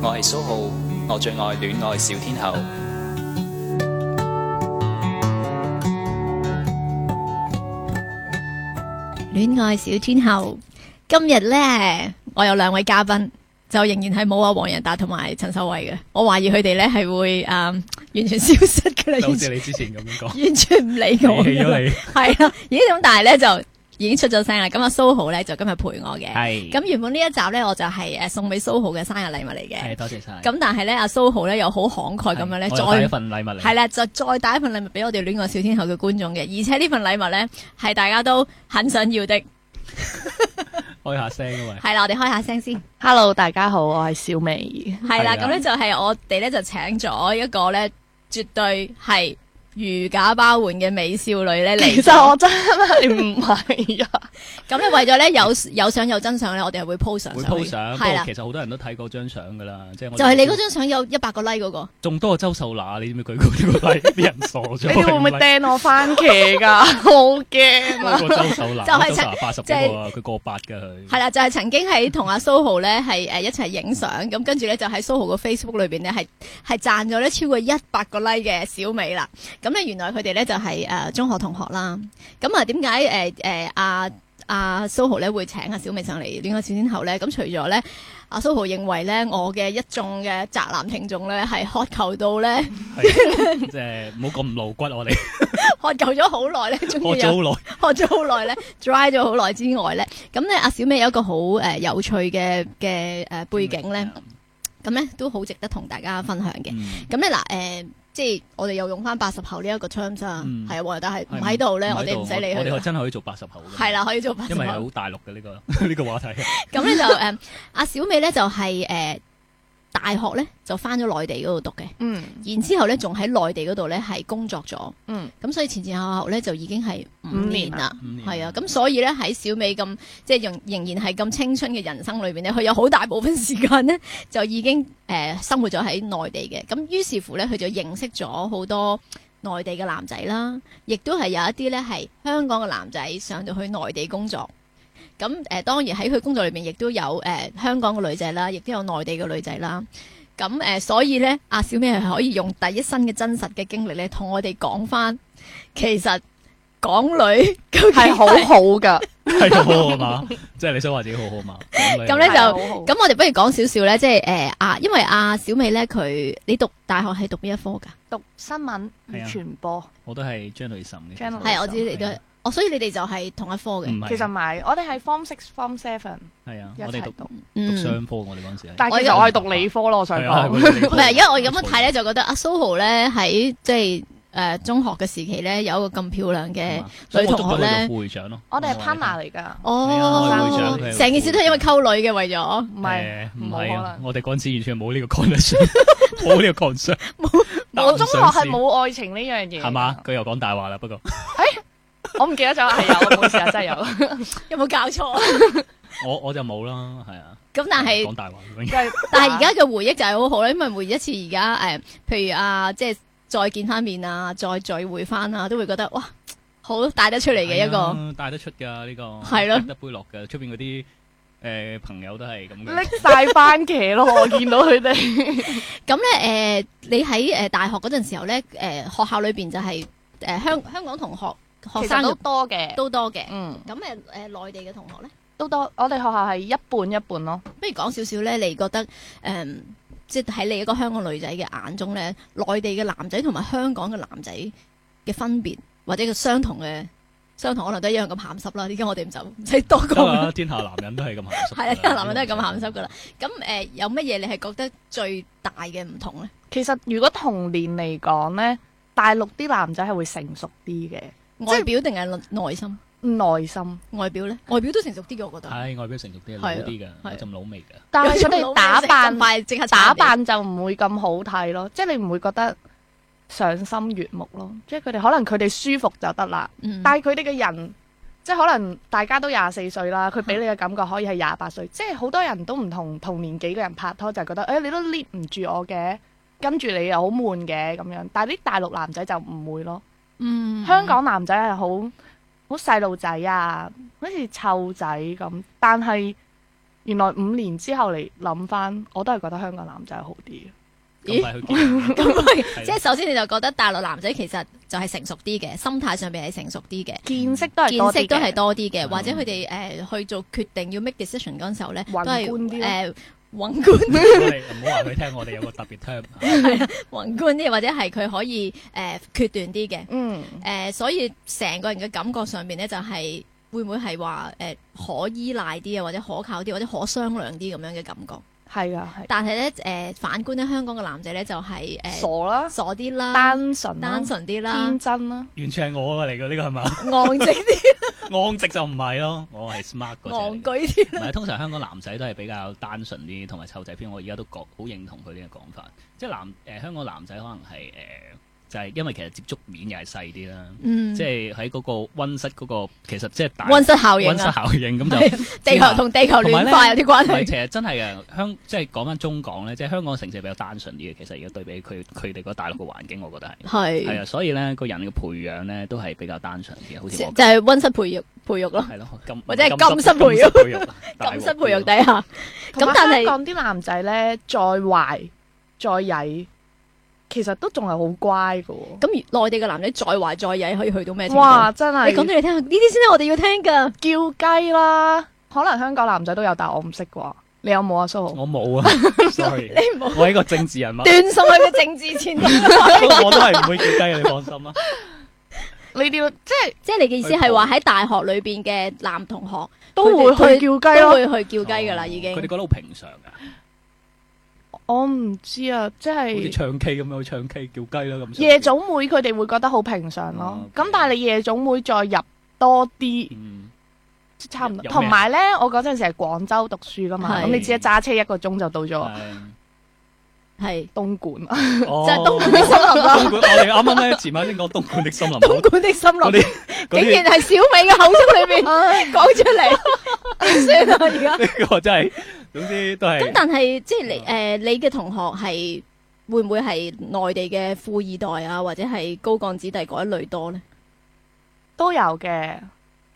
係蘇浩，我最愛戀愛小天后。戀愛小天后，今日呢，我有兩位嘉賓，就仍然係冇啊黃仁達同埋陳秀慧嘅。我懷疑佢哋呢係會誒、嗯完全消失嘅啦， 就好完似全你之前咁樣 講，完全唔理我棄㗎啦。咗你，係啦，咦咁但係呢，就已經出咗聲啦。咁啊蘇豪呢，就今日陪我嘅。係咁原本呢一集呢，我就係誒送俾蘇豪嘅生日禮物嚟嘅。係多謝晒。咁但係呢，阿蘇豪呢，又好慷慨咁樣呢，我又帶一再。份禮物嚟，係啦，就再帶一份禮物俾我哋戀愛小天后嘅觀眾嘅，而且呢份禮物呢，係大家都很想要的。開下聲嘅 喂，係啦，我哋開下聲先。 Hello，大家好，我係小美。係係啦，啦啊咁咧就係我哋咧就請咗一個咧，絕對係如假包換嘅美少女咧其嚟實咗。我真 係唔係啊，咁咧為咗咧有有相有真相咧，我哋係會 po 上會去 po 相，不係過啦，其實好多人都睇過張相㗎啦，即係我就係你嗰張相有一百個 like 嗰個，仲多過周秀娜，你知唔知佢 嗰個 like 啲人傻咗？你哋會唔會掟我番茄㗎？ 我好驚啊！多過周秀娜？就係周秀娜八十幾個啊，佢過百㗎佢。係啦，就係曾經喺同阿蘇豪咧係誒一齊影相，咁跟住咧就喺蘇豪個 Facebook 裏邊咧係係賺咗咧超過一百個 like 嘅小美啦。咁咧原來佢哋咧就係、誒中學同學啦。咁啊點解誒誒阿阿蘇豪咧會請阿小美上嚟戀愛小天后咧？咁除咗咧。阿蘇豪認為咧，我嘅一眾嘅宅男聽眾咧，係渴求到咧，係即係唔好咁露骨，我哋 渴求咗好耐咧，終過於有咗好耐。學咗好耐咧，dry 咗好耐之外咧，咁咧阿小美有一個好誒、呃有趣嘅嘅誒背景咧，咁咧都好值得同大家分享嘅。嗯，咁咧嗱誒，即係我哋又用翻八十後呢一個 terms 啊，嗯係啊，黃日達係唔喺度咧，唔我喺哋唔使理我哋佢。真係可以做八十後㗎。 係，啦，可以做八十因為係後。好大陸嘅呢個 呢個話題。 咁咧就誒，阿小美咧就係誒大學咧就翻咗內地嗰度讀嘅，嗯然之後咧仲喺內地嗰度咧係工作咗，嗯，咁所以前前後後咧就已經係五五年年啦。五年係啊，咁所以咧喺小美咁即係仍仍然係咁青春嘅人生裏邊咧，佢有好大部分時間咧就已經誒、呃生活咗喺內地嘅，咁於是乎咧佢就認識咗好多內地嘅男仔啦，亦都係有一啲咧係香港嘅男仔上到去內地工作。咁誒、呃、當然喺佢工作裏面亦都有誒、呃香港嘅女仔啦，亦都有內地嘅女仔啦。咁誒、呃所以咧，阿小美係可以用第一身嘅真實嘅經歷咧，同我哋講翻，其實港女究竟係好好 㗎。係好好啊嘛，即係你想話自己好好啊嘛。咁咧就係啊好好咁我哋不如講少少咧，即係誒啊，因為阿小美咧，佢你讀大學係讀邊一科㗎？讀新聞與係啊傳播，我都係 journalism 嘅。 Journalism 係我知你都係啊哦，所以你哋就係同一科唔嘅。係其實唔係，我哋係 Form Six、Form Seven 係啊，一我哋齊讀哦讀，讀嗯，商科，我哋嗰陣時係但係其實我係讀理科咯。我想係啊講， 唔係，因為我咁樣 睇咧，，就覺得阿蘇豪咧喺即係誒中學嘅時期咧，有一個咁漂亮嘅所以我女同學咧捉咗佢做副會長咯。我哋係 partner 嚟㗎，係啊哦我係會，長成件事都係因為溝女嘅為咗誒。唔係唔冇係可啊能！我哋嗰陣時完全冇呢個 connection，冇 呢個 concern。啊我中學係冇冇愛情呢樣嘢。係嘛？？佢又講大話啦，不過我唔記得咗，係有，冇事啊，真係 有。有冇搞錯？我我就冇啦，係啊。咁但係講大話永遠即係但係而家嘅回憶就係好好啦，因為每一次而家誒，譬如啊，即係再見翻面啊，再聚會翻啊，都會覺得哇，好帶得出嚟嘅一個。係啊帶得出㗎呢個係咯得杯落㗎，出邊嗰啲誒朋友都係咁嘅。拎晒番茄咯，我見到 佢哋。咁咧誒，你喺誒大學嗰陣時候咧，誒、學校裏邊就係、誒香香港同學學其生實都都多嘅，都多嘅。嗯。咁誒誒內地嘅同學咧，都多，我哋學校係一半一半咯。不如講少少咧，你覺得誒、即係喺你一個香港女仔嘅眼中咧，內地嘅男仔同埋香港嘅男仔嘅分別，或者個相同嘅相同可能都一樣咁鹹濕啦。呢家我哋唔就唔使多得講啦。啦，天下男人都係咁鹹濕㗎。係啊，啲男人都係咁鹹濕噶啦。咁誒、呃有乜嘢你係覺得最大嘅唔同咧？其實如果同年嚟講呢，大陸啲男仔係會成熟啲嘅，係外表定係內內心？內心。外表咧，外表都成熟啲嘅，我覺得。係外表成熟啲，係老啊啲㗎，係有陣老味㗎。但係佢哋打扮快即刻打扮就唔會咁好睇咯，即係你唔會覺得賞心悅目咯。即係佢哋可能佢哋舒服就得啦，嗯，但係佢哋嘅人。即係可能大家都廿四歲啦，佢俾你嘅感覺可以係廿八歲，即係好多人都唔同同年紀嘅人拍拖，就係覺得誒、哎你都 lift 唔住我嘅，跟住你又好悶嘅咁樣。但係啲大陸男仔就唔會咯。嗯香港男仔係好好細路仔啊，好似湊仔咁。但係原來五年之後嚟諗翻，我都係覺得香港男仔好啲嘅。咁快去結婚咁啊係即係首先你就覺得大陸男仔其實就係成熟啲嘅，心態上面係成熟啲嘅。見識都係嗯見多啲識都係嘅，多啲嘅，嗯或者佢哋誒去做決定要 make decision 嗰陣時候咧，都宏係觀啲咯誒宏觀 我哋唔好話佢聽，我哋有個特別啊 term，宏觀啲，或者係佢可以誒決斷啲嘅。嗯，誒，所以成個人嘅感覺上面咧，就係會唔會係話誒可依賴啲啊，或者可靠啲，或者可商量啲咁樣嘅感覺。係啊，係但係咧誒反觀咧，香港嘅男仔咧就係傻誒啦，傻啲啦，單純啦單，純啲啦天，真啦，完全係我嚟嘅呢 個係嘛？昂直 啲，昂直就唔係咯，我係 smart 嗰昂隻嚟嘅。居啲。唔係，通常香港男仔都係比較單純啲，同埋湊仔偏。我而家都覺好認同佢呢個講法，即係男誒、香港男仔可能係誒、呃就係、因為其實接觸面又係細啲啦，嗯即，係喺嗰個温室嗰、個其實即係大温室效應溫室啊，效應 咁就。地球同地球暖化有啲關唔係，係。其實真係嘅，香即係講翻中港咧，即係香港城市比較單純啲嘅。其實而家對比佢佢哋個大陸嘅環境，我覺得係係係。啊，所以咧個人嘅培養咧都係比較單純嘅，好似就我係温室培育培育咯，係咯，金或者係金金室培育金室育，大鑊禁室培育底下，同埋但係香港啲男仔咧，再壞再曳，其實都仲係好乖嘅喎。咁內地嘅男仔再壞再曳，可以去到咩程度？哇！真係你講俾你聽，呢啲先係我哋要聽噶。叫雞啦，可能香港男仔都有，但我唔識啩。你有冇啊，蘇豪？我冇 啊，sorry，你唔好我係一個政治人 物，斷送佢嘅政治前途。我都係唔會叫雞嘅，你放心啦。你哋即係 即係你嘅意思係話喺大學裏邊嘅男同學都會去叫都雞咯。會去叫雞噶啦，已經哦佢哋覺得好平常啊，我唔知啊，即好似係唱 K 咁樣，唱 K 叫雞啦咁。夜總會佢哋會覺得好平常咯。哦咁但係你夜總會再入多啲，嗯，差唔多。有咩啊同埋咧，我嗰陣時係廣州讀書噶嘛，係咁你只係揸車一個鐘就到咗係係東莞。就哦就係東莞的森林啦東。莞，我哋啱啱咧前晚先講 東莞的森林，嗰東莞的森啲林，嗰竟啲然係小美嘅口中裏 面講出嚟，算啦而家。 呢個真係，總之都咁係但係即係你誒，你嘅同學係會唔會係內地嘅富二代啊，或者係高幹子弟嗰一類多咧？ 都有嘅。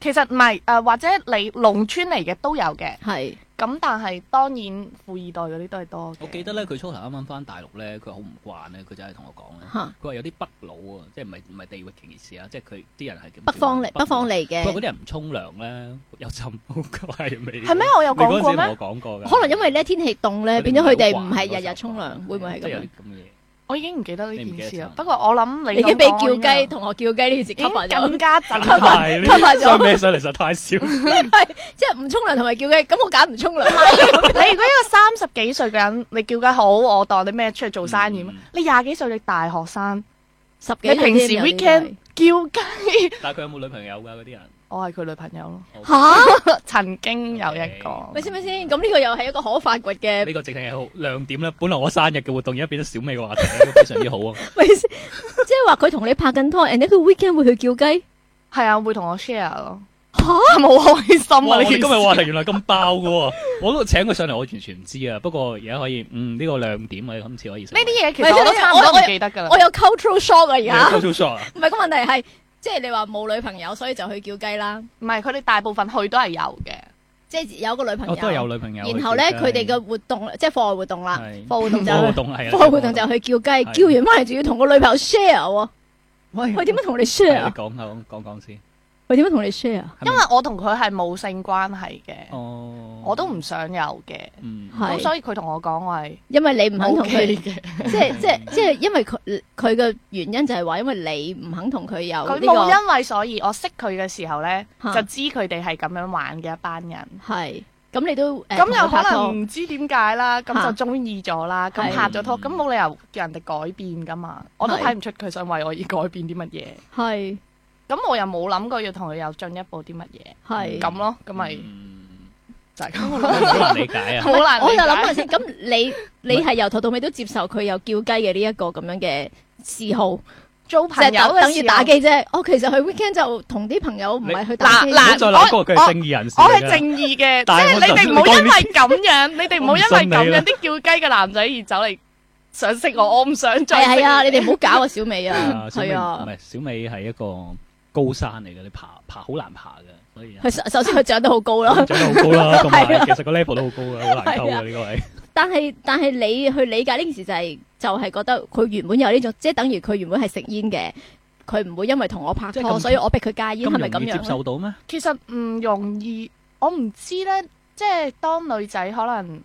其實唔係誒，或者你農村嚟嘅都有嘅。係咁但係當然富二代嗰啲都係多嘅。我記得咧，佢初頭啱啱翻大陸咧，佢好唔慣咧，佢就係同我講咧，嚇佢話有啲北佬啊，即係唔係唔係地域歧視啊，即係佢啲人係北咁方嚟，北方嚟嚟。佢話嗰啲嘅，人唔沖涼咧，有陣好怪嘅味。係咩？我有你嗰講陣過時同我咩？講過㗎。可能因為咧天氣凍咧，哋變咗佢哋好慣唔係日嗰日個沖習慣涼，會唔會係即係有咁樣？啲咁嘅嘢？我已經唔記得你唔呢記得件事啦咗。不過我諗你你已經俾叫雞雞，同學叫雞呢件事已經 cover 咗 更，加震唔撼。係呢吸埋咗啲真係咩上嚟實太少。 即係唔沖涼同埋叫雞，咁我揀唔沖涼。 你如果一個三十幾歲嘅人，你叫雞好，我當你咩出去做生意咩嗯？你廿幾歲你大學生，十幾你平時歲添有啲 weekend 叫雞， 但係佢有冇女朋友㗎？嗰啲人我係佢女朋友咯。嚇，曾經有一個咪，先咪先，咁呢個又係一個可發掘嘅，呢個直情係好亮點啦。本來我生日嘅活動，而家變咗小美嘅話題，呢個非常之好啊。咪先，即係話佢同你拍緊拖，人哋佢 weekend 會去叫雞，係啊，會同我 share 咯。嚇係咪好開心啊！哇！你我今日件事話題原來咁爆嘅喎， 我都請佢上嚟，我完全唔知啊。不過而家可以，嗯，呢個亮點啊，今次可以成呢為。啲嘢其實我都差唔多唔記得㗎啦。我有 cultural shock 啊而家。你有 social shot 啊唔係個問題係，即係你話冇女朋友，所以就去叫雞啦。唔係，佢哋大部分去都係有嘅。即係有個女朋友，我哦都係有女朋友。然後咧佢哋嘅活動即係課外活動啦，係課外活 動就課外課活動 係啊外活動就去叫雞，係叫完翻嚟仲要同個女朋友 share 喎。喂佢點樣同你係 share 你啊？講下講講講先。佢點樣同你 share 啊？係咪因為我同佢係冇性關係嘅，哦，我都唔想有嘅，嗯係咁所以佢同我講我係因為你唔肯同 OK 佢，嘅，即係即係即係因為佢佢嘅原因就係話，因為你唔肯同佢有佢呢冇個因為所以，我識佢嘅時候呢，嚇就知佢哋係咁樣玩嘅一班人。係咁，你都咁又可唔能唔知點解啦，嚇咁就中意咗啦，咁係拍咗拖，咁冇理由叫人哋改變噶嘛，我都係睇唔出佢想為我而改變啲乜嘢，係咁我又冇諗過要同佢有進一步啲乜嘢，係咁咯，咁咪嗯 就係咁好咯。難理解啊。 好難我理就解諗下先，咁你你係由頭到尾都接受佢有叫雞嘅呢一個咁樣嘅嗜好，就做係朋友嘅時候等等於打機啫。我其實去 weekend 就同啲朋友唔係去打機。嗱唔好再諗嗰個佢係正義人士我嚟㗎。係正義 嘅，但係即我係你就哋唔好因你為咁樣，你哋唔好因為我唔信咁你啦樣啲叫雞嘅男仔而走嚟想識我，我唔想再係啊識係啊，你哋唔好搞啊，小美啊 啊，，小美係唔啊，係小美係一個高山嚟嘅，你爬爬好難爬嘅。所以佢首首先佢長得好 高啦，長得好高啦，同 埋係啊其實個 level 都好高嘅，好難溝係啊嘅呢個位。但係但係你去理解呢件事就係、就係、覺得佢原本有呢種，即係等於佢原本係食煙嘅，佢唔會因為同我拍即係咁拖，所以我逼佢戒煙，係咪咁咁容易樣接呢？受到咩？其實唔容易，我唔知呢，即係當女仔可能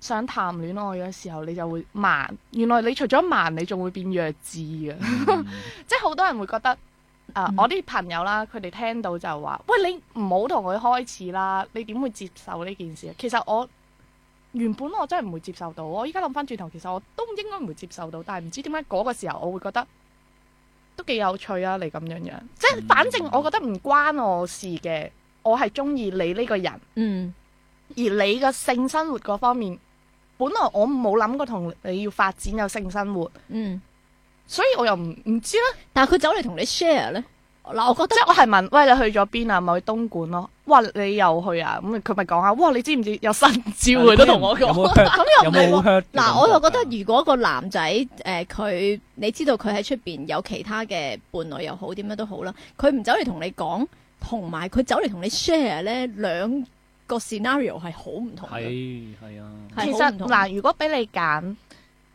想談戀愛嘅時候，你就會慢。原來你除咗慢，你仲會變弱智嘅。即係好多人會覺得，啊、嗯我啲朋友啦，佢哋聽到就話：，喂，你唔好同佢開始啦，你點會接受呢件事？啊其實我原本我真係唔會接受到，我依家諗翻轉頭，其實我都應該唔會接受到，但係唔知點解嗰個時候我會覺得都幾有趣啊！你咁樣樣，即係反正我覺得唔關我事嘅，我係中意你呢個人，而嗯你嘅性生活嗰方面，本來我冇諗過同你要發展有性生活，嗯，所以我又唔唔知啦。但係佢走嚟同你 share 咧，嗱，我覺得即係我係問，喂，你去咗邊啊？咪去東莞咯。哇，你又去啊？咁佢咪講下，哇，你知唔知有新招啊佢都同我有冇講。 hurt- 咁又有唔係喎冇 hurt 嘅嗱，我又覺感得覺啊如果個男仔誒佢，你知道佢喺出邊有其他嘅伴侶又好，點樣都好啦，佢唔走嚟同你講，同埋佢走嚟同你 share 咧，兩個 scenario 係好唔同嘅，係係啊，係其好實唔同嗱，如果俾你揀，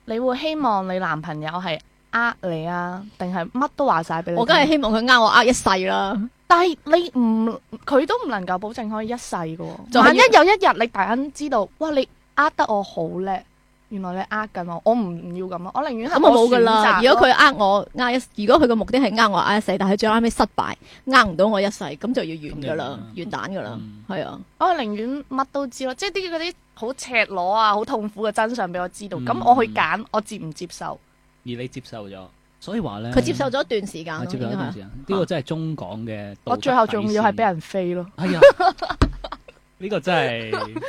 你會希望你男朋友係呃你啊，定係乜都話晒俾你？我梗係，希望佢呃我呃一世啦，但係你唔，佢都唔能夠保證可以一世嘅喎。就係萬一有一日你突然知道，哇，你呃得我好叻，原來你呃緊我，我唔要咁咯，啊我寧願係咁我啊冇噶選啦。擇咯如果佢呃我呃一，如果佢嘅目的係呃我呃一世，但係最後尾失敗，呃唔到我一世，咁就要完噶啦，完蛋噶啦嗯，係啊，我係寧願乜都知咯，即係啲嗰啲好赤裸啊、好痛苦嘅真相俾我知道，咁、嗯我去揀，我接唔接受？而你接受咗，所以話咧，佢接受咗一段時間啊，咯，接應受咗該一段係時。間，呢個真係中港嘅。我最後仲要係俾，人飛咯，哎呀，呢個 真係，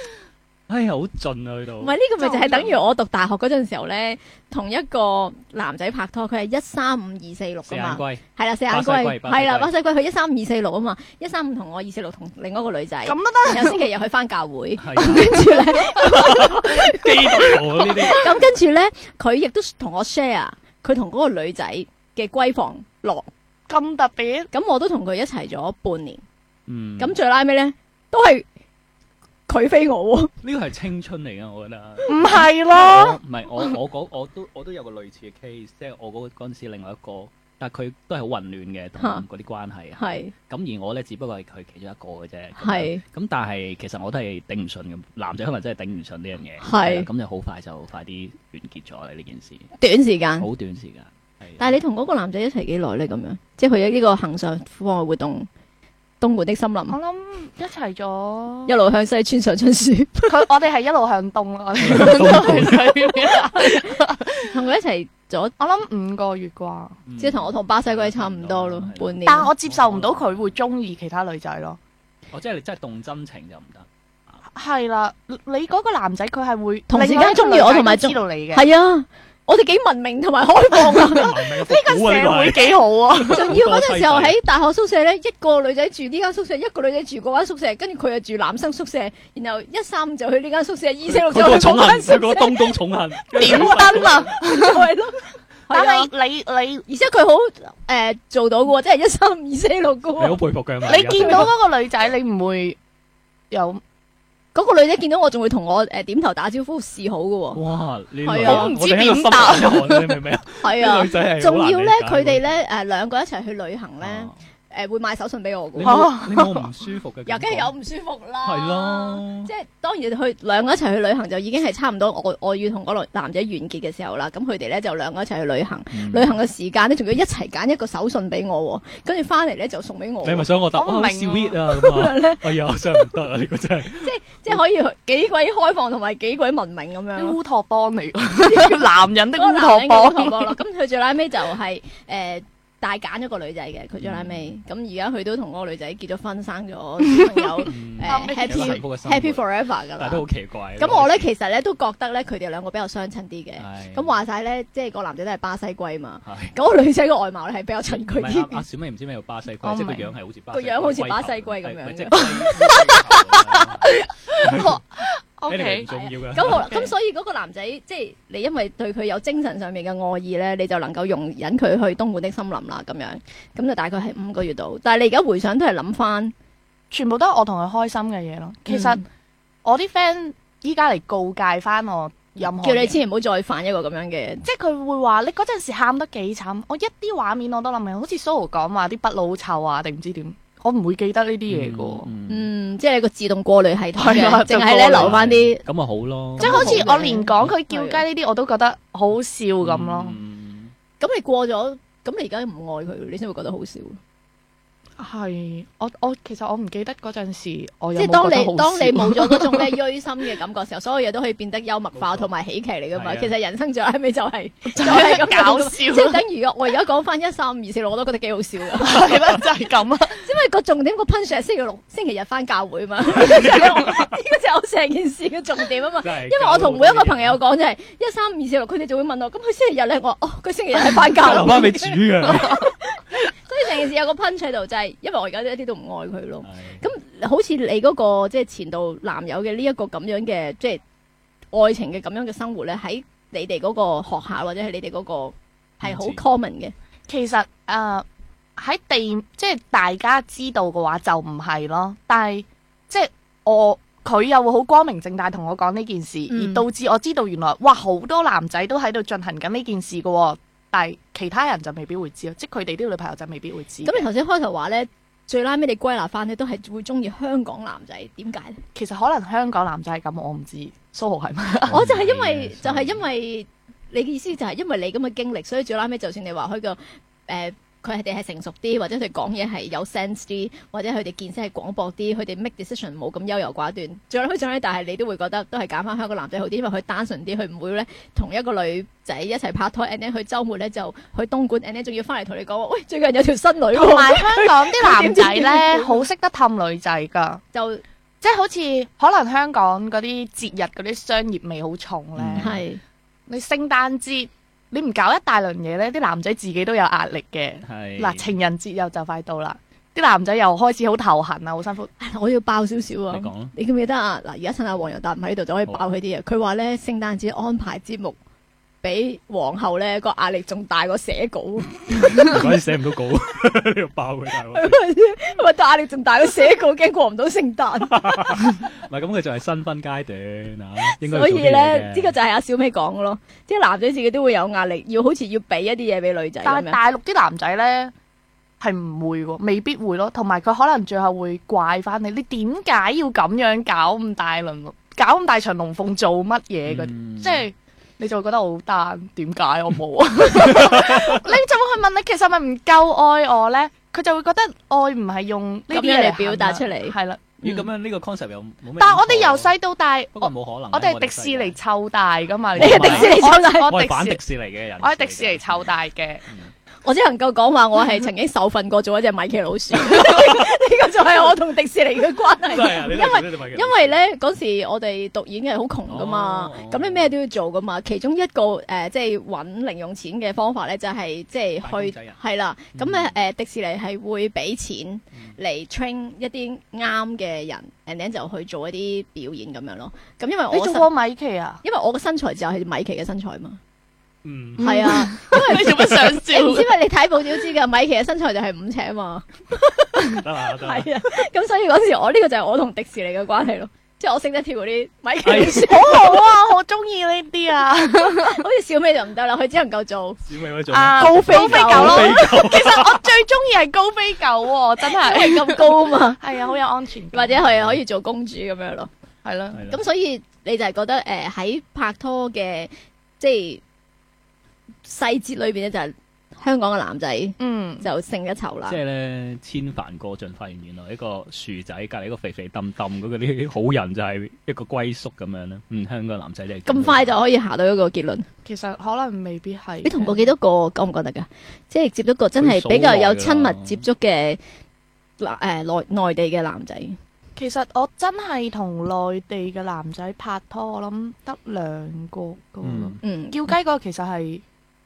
哎呀，好盡啊，去到唔係呢個咪就係等於我讀大學嗰陣時候咧，同一個男仔拍拖，佢係一三五二四六四噶眼嘛，龜，係啦四眼巴西龜，龜巴西係啦龜巴西龜，佢一三五二四六啊嘛，一三五同我二四六同另一個女仔，咁都得。然後星期日去翻教會，係跟啊住咧，基督徒啊呢 啲，咁跟住咧，佢亦都同我 share 佢同嗰個女仔嘅閨房落，咁特別，咁我都同佢一齊咗半年，嗯，咁最拉尾咧都係佢 飛我喎，呢個係青春嚟嘅，我覺得。唔係咯？我唔係我我嗰我都我都有個類似嘅 case，即係我嗰嗰陣時另外一個，但係佢都係好混亂嘅同嚇嗰啲關係。係咁而我咧，只不過係佢其中一個嘅啫。咁樣係咁但係其實我都係頂唔順嘅，男仔可能真係頂唔順呢樣嘢。係啦咁就好快就快啲完結咗啦呢件事，短時間。好短時間。但係係你同嗰個男仔一齊幾耐咧？咁樣，即係佢有呢個行上課外活動，東莞的森林我，諗一齊咗一，路向西村上春 樹，佢我哋係一路向東咯，我哋 我同佢一齊咗，嗯諗五個月啩，你即係同我同巴西嗰啲差唔多咯，半年。但係我接受唔到佢會中意其他女仔咯。我即係你真係動真情就唔得。係啦，你嗰個男仔佢係會同時間另外一個鍾意我同埋女仔鍾都知道你嘅，係啊，我哋幾文明同埋 開放啊！呢呢個社會幾好啊！仲要嗰陣時候喺大學宿舍咧，一個女仔住呢間宿舍，一個女仔住嗰間宿舍，跟住佢又住男生宿舍，然後一三五就去呢間宿舍，二四六就佢個去重嗰恨，間宿佢舍，個東東重恨， 點燈啊！係咯。 但但係，啊係你你而且佢好誒做到嘅喎，即係一三五二四六嘅你好喎。佩服佢啊嘛！你見到嗰個女仔，你唔會有嗰個女仔見到我仲會同我誒點頭打招呼示好嘅哦喎。哇！你係啊我我唔知點答，你明唔明啊？係啲啊女，仔係好仲難要咧理解，啊佢哋咧誒兩個一齊去旅行咧咧，，誒會買手信俾我嘅你喎，冇你冇唔舒服嘅 又感覺，梗係有唔舒服啦。係咯即。係當然去兩個一齊去旅行就已經係差唔多我我要同嗰個男仔完結嘅時候啦。咁佢哋咧就兩個一齊去旅行，嗯旅行嘅時間咧仲要一齊揀一個手信俾我喎，跟住翻嚟咧就送俾我你係咪想我答我唔啊明啊 sweet 啊 咁啊？哎呀，真係唔得啊！呢個真係即係可以幾鬼開放同埋幾鬼文明咁樣咯。烏托邦嚟㗎， 男人的嗰個男烏托人嘅烏邦托。邦咯。 咁佢最拉尾就係、呃大揀咗個女仔嘅，佢最拉尾。咁而家佢都同嗰個女仔結咗婚，生咗小朋友，嗯誒嗯有個幸福嘅 happy 生活 happy forever 㗎但係都啦好。奇怪。咁我咧其實咧都覺得咧佢哋兩個比較相襯啲嘅。係，咁話晒咧，即係個男仔都係巴西龜嘛，係。咁個女仔個外貌咧係比較襯佢唔係阿阿啲，小妹唔知咩叫巴西我龜，即係個明樣係好似巴個樣好似巴西龜龜咁樣即係 龜 ，O 你哋唔 K，重要嗯嘅。咁我 Okay 咁所以嗰個男仔即係你因為對佢有精神上面嘅愛意咧，你就能夠容忍佢去東莞的森林啦咁樣，咁就大概係五個月度。但係你而家回想都係諗翻，全部都係我同佢開心嘅嘢咯。其實嗯我啲 friend 依家嚟告戒翻我任何叫你嘢，即千祈唔好再犯一個咁樣嘅，係佢會話你嗰陣時喊得幾慘，我一啲畫面我都諗起，好似 Soho 講話啲不老臭啊定唔知點，我唔會記得呢啲嘢噶。嗯，嗯，即係個自動過濾系統係啊嘅，淨係咧就過濾留翻啲咁啊好咯，即係好似咁好嘅我連講佢叫雞呢啲我都覺得好好笑咁咯。嗯咁你過咗，咁你而家唔愛佢，你先會覺得好笑。係，我我其實我唔記得嗰陣時我有即係冇當覺得你好當你笑冇咗嗰種 咧虛心嘅感覺時候，所有嘢都可以變得幽默化冇錯同埋喜劇嚟噶嘛。係啊其實人生最後尾就 係、就就係咁樣搞笑，即係等於我而家講翻一三五二四六，我都覺得幾 好笑噶。係啦，就係咁啊啦。因為個重點個 punch 係星期六、星期日翻教會 嘛，呢 個就係我呢個就係我成件事嘅重點啊嘛。真啊係 因為我同每一個朋友講就係一三五二四六，佢哋就會問我，咁佢星期日咧，我話哦，佢星期日係 翻教留翻會，俾煮嘅， 所以成件事有個 punch 喺度，就係因為我而家一啲都唔愛佢咯。咁好似你嗰、個即係前度男友嘅呢一個咁樣嘅即係愛情嘅咁樣嘅生活咧，喺你哋嗰個學校或者係你哋嗰個係好唔知 common 嘅，其實誒喺地即係大家知道嘅話就唔係咯，但係即係我佢又會好光明正大同我講呢件事，嗯而導致我知道原來哇好多男仔都喺度進行緊呢件事嘅喎，但係其他人就未必會知咯，即係佢哋啲女朋友就未必會知。咁你頭先開頭話咧，最拉尾你歸納翻咧，都係會中意香港男仔，點解咧？其實可能香港男仔係咁，我唔 知蘇豪係咪？哦我就係因為嗯就係因為你嘅意思就係因為你咁嘅經歷，所以最拉尾就算你話佢個誒佢哋係成熟啲，或者佢哋講嘢係有 sense 啲，或者佢哋見識係廣博啲，佢哋 make decision 冇咁優柔寡斷。最拉尾最拉尾，但係你都會覺得都係揀翻香港男仔好啲，因為佢單純啲，佢唔會咧同一個女仔一齊拍拖，and then 佢週末咧就去東莞，and then 仲要翻嚟同你講話，喂最近有條新女同喎，埋香港啲男仔 咧好識得氹女仔㗎。就即係好似可能香港嗰啲節日嗰啲商業味好重咧，嗯係你聖誕節你唔搞一大輪嘢咧，啲男仔自己都有壓力嘅。係嗱，情人節又就快到啦，啲男仔又開始好頭痕啊，好辛苦。我要爆少少啊你！講啦，你記唔記得啊？嗱，而家趁阿黃仁達唔喺度，就可以爆佢啲嘢。佢話咧，聖誕節安排節目比皇后咧個壓力仲大過寫稿， 唔怪之寫唔到稿， 呢度爆佢大鑊。因為壓力仲大過寫稿，驚過唔到聖誕。唔係咁，佢就係新婚階段啊， 應所該要做以啲嘢咧，嘅呢個就係阿小美講嘅咯，即係男仔自己都會有壓力，要好似要俾一啲嘢俾女仔咁但係樣。大陸啲男仔咧係唔會喎，未必會咯。同埋佢可能最後會怪翻你，你點解要咁樣搞咁大輪，搞咁大場龍鳳做乜嘢嗰啲？嗯即係 你就會覺得好單，點解我冇啊？你就會去問你，其實係咪唔夠愛我咧？佢就會覺得愛唔係用呢啲咁樣嘢嚟表達出嚟係啦。咦咁樣呢個 concept 又冇咩？啊但係我哋由，細到大，不過我冇可能啊嘅。我哋係迪士尼湊大噶嘛？你係迪士尼湊大我我我係反迪迪士，士尼嘅人，我係迪士尼湊大嘅。我只能夠講話，我係曾經受訓過做一隻米奇老 鼠，呢個就係我同迪士尼嘅關係。 真係啊，你因都為係因為因為咧嗰時我哋讀演藝好窮噶嘛哦，咁、你咩都要做噶嘛。其中一個誒、呃即係揾零用錢嘅方法咧，就係、即打工係去仔啊係啦。咁嗯咧誒迪士尼係會俾錢嚟 train 一啲啱嘅人，and then 就去做一啲表演咁樣咯。咁因為你我做身過米奇啊？因為我嘅身材就係米奇嘅身材嘛，嗯係 啊， 你做乜想你唔知笑？咩？你睇報料知㗎，米奇嘅身材就係五尺啊嘛，得啦得啦，係啊，咁所以嗰時我呢、個就係我同迪士尼嘅關係咯，即係我識得跳嗰啲米奇哎老鼠。好好啊，我中意呢啲啊。好似小美就唔得啦，佢只能夠做小美嗰種啊，高飛狗咯。其實我最中意係高飛狗喎，真係。係咁高啊嘛，係啊，好有安全或感。者佢可以做公主咁樣咯。係係咯。啦咁所以你就係覺得誒喺、拍拖嘅即係細節裏邊咧，就係香港嘅男仔嗯，就勝一籌啦即。係咧，千帆過盡，發現原來一個樹仔隔離一個肥肥氹氹嗰個啲好人就係一個歸宿咁樣咧。嗯，香港男仔就係咁快就可以下到一個結論，其實可能未必係。你同過幾多個覺唔覺得㗎？即係接觸過真係比較有親密接觸嘅嗱誒內內地嘅男仔，其實我真係同內地嘅男仔拍拖，我諗得兩個噶。嗯嗯，叫雞嗰個其實係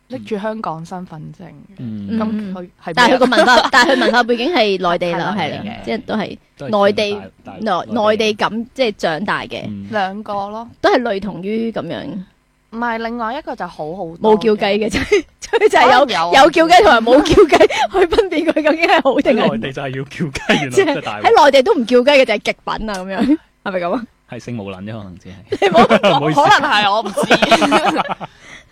拎住香港身份證嘅，嗯嗯咁佢係但係佢個咩啊文化，但係佢文化背景係內地啦，係係啦嘅，即係都係。都係內地大大內內地咁即係長大嘅，嗯兩個咯，都係類同於咁樣。唔係另外一個就好好多冇叫雞嘅嘅，就係 佢就係有可能有啊有叫雞同埋冇叫雞，去分辨佢究竟係好定喺內係地就係要叫雞，原 來即真係係大鑊，喺內地都唔叫雞嘅就係極品啊咁樣， 係咪咁啊？係性無能啫，可能只係。你冇 可能係我唔知，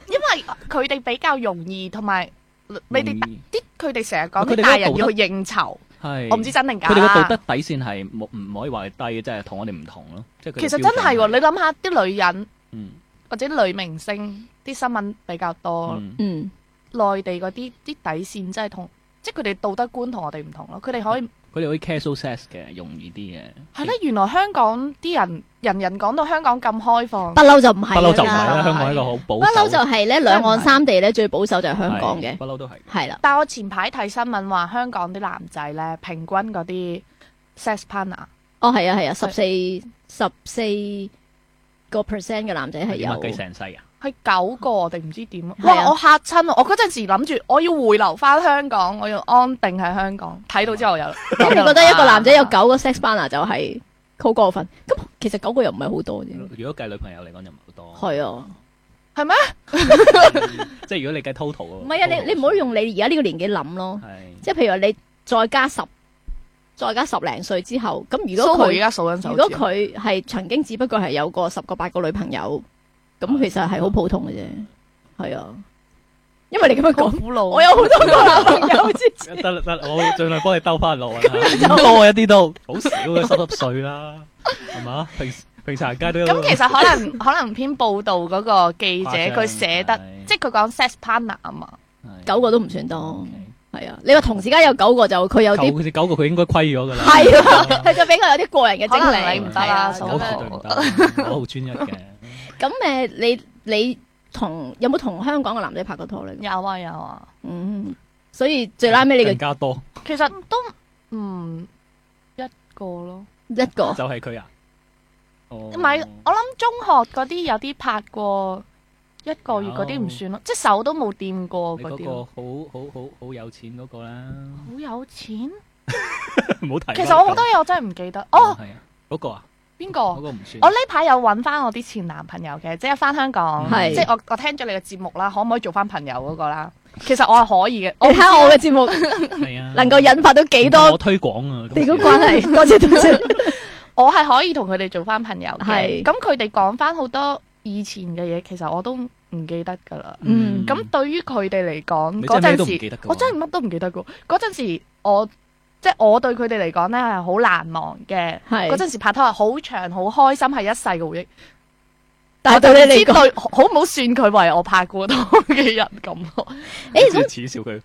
因為佢哋比較容易，同埋你哋容易啲佢哋成日講佢哋嗰個啲大人道要德去應酬，嗯係我唔知真定假佢哋個道啦。德底線係冇唔可以話係低嘅，即係同我哋唔同咯。即係佢哋其實真標係喎，準你諗下啲女人嗯或者女明星啲新聞比較多，嗯嗯，內地嗰啲啲底線真係同，即係佢哋道德觀同我哋唔同咯。佢哋可以佢哋可以 casual sex 嘅，容易啲嘅。係咧，原來香港啲人人人講到香港咁開放不，嬲就唔不係嬲就唔㗎係啦，係香港係一個好保不守，嬲就係咧兩岸三地咧最保守就係香港係嘅，不嬲都係。係啦，但我前排睇新聞話香港啲男仔咧，平均嗰啲 sex partner 哦係啊係啊，十四十四個 percent 嘅男仔係係有有。計成世啊！係九個定唔知點啊？係啊哇！我嚇親啊！我嗰陣時諗住我要回流翻香港，我要安定喺香港。睇到 之後又啊咁咁你覺得一個男仔 有九個 sex partner 就係好過分？咁其實九個又唔係好多啫。如果計女朋友嚟講就唔係好多。嗯係啊，即係如果你計 total 喎唔係啊，你你唔好用你而家呢個年紀諗咯，係即係譬如話你再加十，再加十零歲之後，咁如蘇果豪而佢家數緊手如指果佢係曾經只不過係有過十個八個女朋友，咁其實係好普通嘅啫，係啊，因為你咁樣講，苦惱，我有好多個男朋友之前， 得啦得啦，我盡量幫你兜翻落啊， 唔多一啲都好少嘅，濕濕碎啦，係嘛？平平時行街都有咁其實可能 可能篇報道嗰個記者誇張佢寫得係，即係佢講 sex partner 啊嘛，係九個都唔算多 OK，係啊，你話同時間有九個就佢有啲九隻九個佢應該虧咗㗎啦，哦係啦，啊佢 就比較有啲過人嘅可精能你靈，唔得啦，係 數啊我咁絕樣對唔得，我好專一嘅。 咁誒，你你同有冇同香港嘅男仔拍過拖咧？有啊有啊，嗯，所以最拉尾你更嘅加多其實都唔一個咯，一個就係佢啊，哦唔唔係我諗中學嗰啲有啲拍過一個月嗰啲唔算咯，即係手都冇掂過你嗰嗰啲個咯，好好好好有錢嗰個 啦，好有錢。唔好提啦。其實我好多嘢我哦真係唔記得，哦係啊，嗰個啊，邊嗰個？個唔算。我呢排有揾翻我啲前男朋友嘅，即係翻香港，係即係我我聽咗你嘅節目啦，可唔可以做翻朋友嗰個啦？其實我係 可以嘅，我你睇下我嘅節 目係啊，能夠引發到幾我多推廣啊？嗯地公關係？多謝多謝。我係可以同佢哋做翻朋友嘅。係咁佢哋講翻好多以前嘅嘢，其實我都唔記得㗎啦。嗯咁對於佢哋嚟講，你嗰真係咩都唔陣時記得㗎喎我真係乜都唔記得㗎。嗰陣時我即係我對佢哋嚟講咧係好難忘嘅。係嗰陣時拍 拖係好長、好開心，係一世嘅回憶。但係對你嚟知講，對好唔好算佢為我拍過拖嘅人咁哦咯？ 誒好咁似恥笑佢。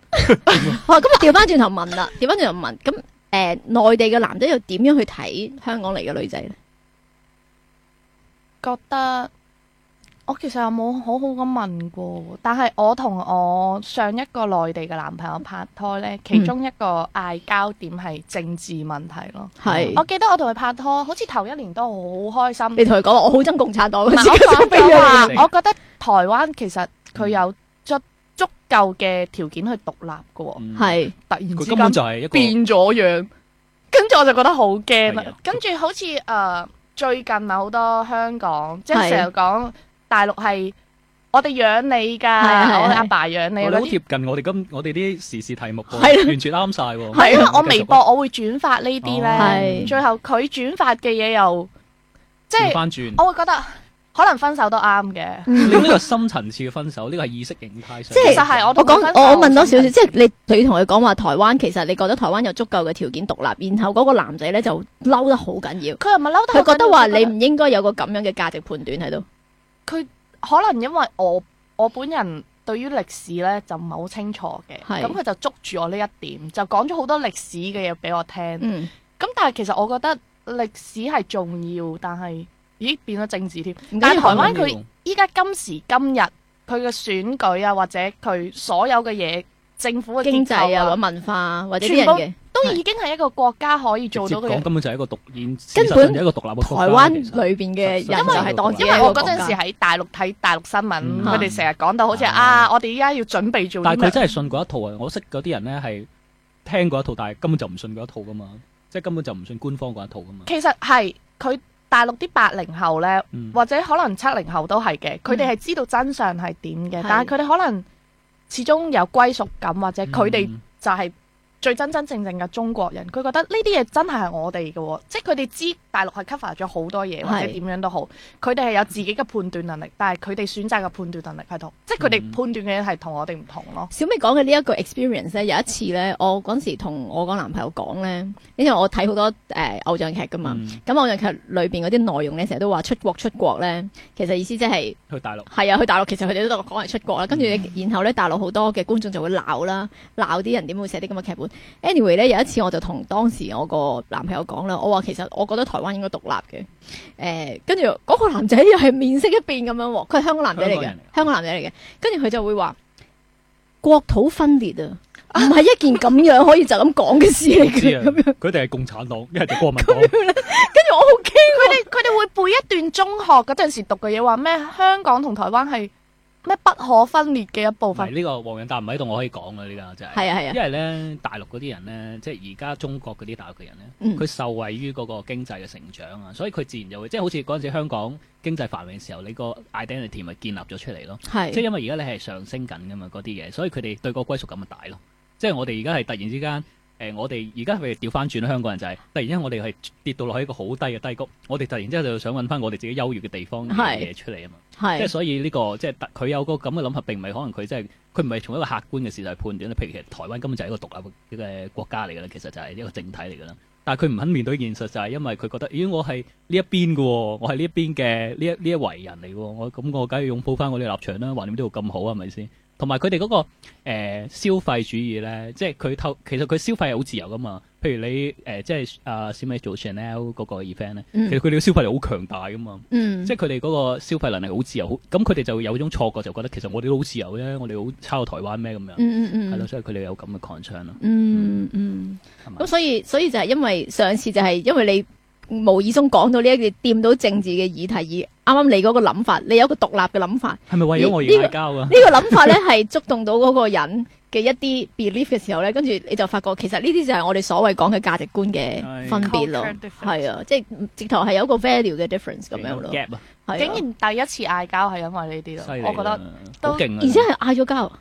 哇，咁調翻轉頭問啦，調翻轉頭問，咁誒內地嘅男仔又點樣去睇香港嚟嘅女仔咧？覺得我其實有冇好好咁問過，但係我同我上一個內地嘅男朋友拍拖呢，其中一個嗌交點係政治問題咯。係我記得我同佢拍拖，好似頭一年都好開心。哦你同佢講話，我好憎共產黨唔嗰係時，我俾講咗話你，我覺得台灣其實佢有足足夠嘅條件去獨立嘅喎，嗯係突然之佢根本間就係一個變咗樣，跟住我就覺得好驚係啦啊。跟住好似誒、呃最近啊，好多香港即係係成日講大陸係我哋養你㗎，係係係我阿爸養你我哋嗰好啲。貼近我哋今我哋啲時事題目喎，係啊完全啱晒喎。係因為我你繼續微博我會轉發呢啲哦呢，係最後佢轉發嘅嘢又即調係翻轉，我會覺得可能分手都啱嘅。你呢個深層次嘅分手，呢個係意識形態上。即係其實係我我同講佢分手我我問多少少，即係你你同佢講話台灣其實你覺得台灣有足夠嘅條件獨立，然後嗰個男仔咧就嬲得好緊要，佢又唔係嬲佢得好緊要，覺得話你唔應該有個咁樣嘅價值判斷喺度。佢可能因為我我本人對於歷史咧就唔係好清楚嘅，係咁佢就捉住我呢一點，就講咗好多歷史嘅嘢俾我聽。咁、嗯，但係其實我覺得歷史係重要，但係咦變咗政治添。唔緊但係要台灣唔緊要佢依家今時今日佢嘅選舉啊，或者佢所有嘅嘢，政府嘅經濟啊，結構或者文化啊或者啲人嘅都已經係一個國家可以直做接到嘅講嘢。根本就係一個獨立，根本事實上就係一個獨立嘅台國家灣其實裏邊嘅人就係當自己因因一為個我國嗰陣時家。喺大陸睇大陸新聞，嗯佢哋成日講到好似嗯啊，我哋依家要準備做啲但係咩佢真係信嗰一套啊！我識嗰啲人咧係聽嗰一套，但係根本就唔信嗰一套噶嘛，即係根本就唔信官方嗰一套噶嘛。其實係佢大陸啲八零後呢，嗯或者可能七零後都係嘅，佢哋係知道真相係點嘅，係但係佢哋可能始終有歸屬感，或者佢哋嗯就係最真真正正嘅中國人，佢覺得呢啲嘢真係係我哋嘅喎，即係佢哋知大陸係 cover 咗好多嘢，或者係點樣都好，佢哋係有自己嘅判斷能力，但係佢哋選擇嘅判斷能力係同，即係佢哋嗯判斷嘅嘢係同我哋唔同咯。小美講嘅呢一個 experience 咧，有一次咧，我嗰陣時同我個男朋友講咧，因為我睇好多誒、呃偶像劇噶嘛，嗯咁、偶像劇裏邊嗰啲內容咧，成日都話出國出國咧，其實意思即係去 大陸係啊，去大陸其實佢哋都講係出國啦，跟住嗯然後咧大陸好多嘅觀眾就會鬧啦，鬧啲人點會寫啲咁嘅劇本。anyway 咧有一次我就同當時我個男朋友講啦，我話其實我覺得台灣應該獨立嘅，誒、跟住嗰個男仔又係面色一變咁樣喎，佢係香港男仔嚟香港嘅人，香港男仔嚟嘅，跟住佢就會話國土分裂 啊，唔係一件咁樣可以就咁講嘅事嚟知嘅啊，咁樣，佢哋係共產黨，一係就國民黨，跟住我好驚。佢哋佢哋會背一段中學嗰陣時讀嘅嘢，話咩香港同台灣係咩不可分裂嘅一部唔係分。呢個黃仁達唔喺度，我可以講嘅呢個真係。係啊係啊因為咧大陸嗰啲人咧，即係而家中國嗰啲大陸嘅人咧，嗯佢、受惠於嗰個經濟嘅成長啊，所以佢自然就會即係好似嗰陣時香港經濟繁榮嘅時候，你個 identity 咪建立咗出嚟咯。即係係因為而家你係上升緊噶嘛嗰啲嘢，所以佢哋對個歸屬感咪大咯。即係我哋而家係突然之間，誒、我哋而家譬如調翻轉啦香港人就係、突然之間我哋係跌到落去一個好低嘅低谷，我哋突然之間就想揾翻我哋自己優越嘅地方嘅係嘢出嚟啊嘛。即係係所以呢、個即係特佢有個咁嘅諗法，並唔係可能佢真係佢唔係從一個客觀嘅事實去判斷譬如其實台灣根本就係一個獨立嘅國家嚟㗎啦，其實就係一個政體嚟㗎啦。但係佢唔肯面對現實，就係因為佢覺得，咦，我係呢一邊嘅喎，我係呢一邊嘅呢一呢一圍人嚟嘅喎，我咁我梗係擁抱翻我哋立場啦，橫掂呢度咁好啊係咪先？同埋佢哋嗰個、呃、消費主義咧，即係佢透其實佢消費係好自由噶嘛。譬如你誒、呃即係啊小美做 Chanel 嗰個 event 咧，其嗯實佢哋嘅消費力好強大噶嘛。嗯即係佢哋嗰個消費能力好自由，好咁佢哋就會有種錯覺，就覺得其實我哋都好自由啫，我哋好抄台灣咩咁樣，係咯、嗯嗯嗯所以佢哋有咁嘅 concern 咯，嗯嗯。係咪咁？所以所以就係因為上次就係因為你無意中講到呢一個掂到政治嘅議題，而啱啱你嗰個諗法，你有一個獨立嘅諗法，呢、係咪為咗我而嗌交啊？個諗法咧係觸動到嗰個人嘅一啲 belief 嘅時候咧，跟住你就發覺其實呢啲就係我哋所謂講嘅價值觀嘅分別咯 Culture，difference 係啊，即係直頭係有一個 value 嘅 difference 咁樣咯， gap 啊，係啊竟然第一次嗌交係因為呢啲犀利咯，啦我覺得都好勁啊！而且係嗌咗交，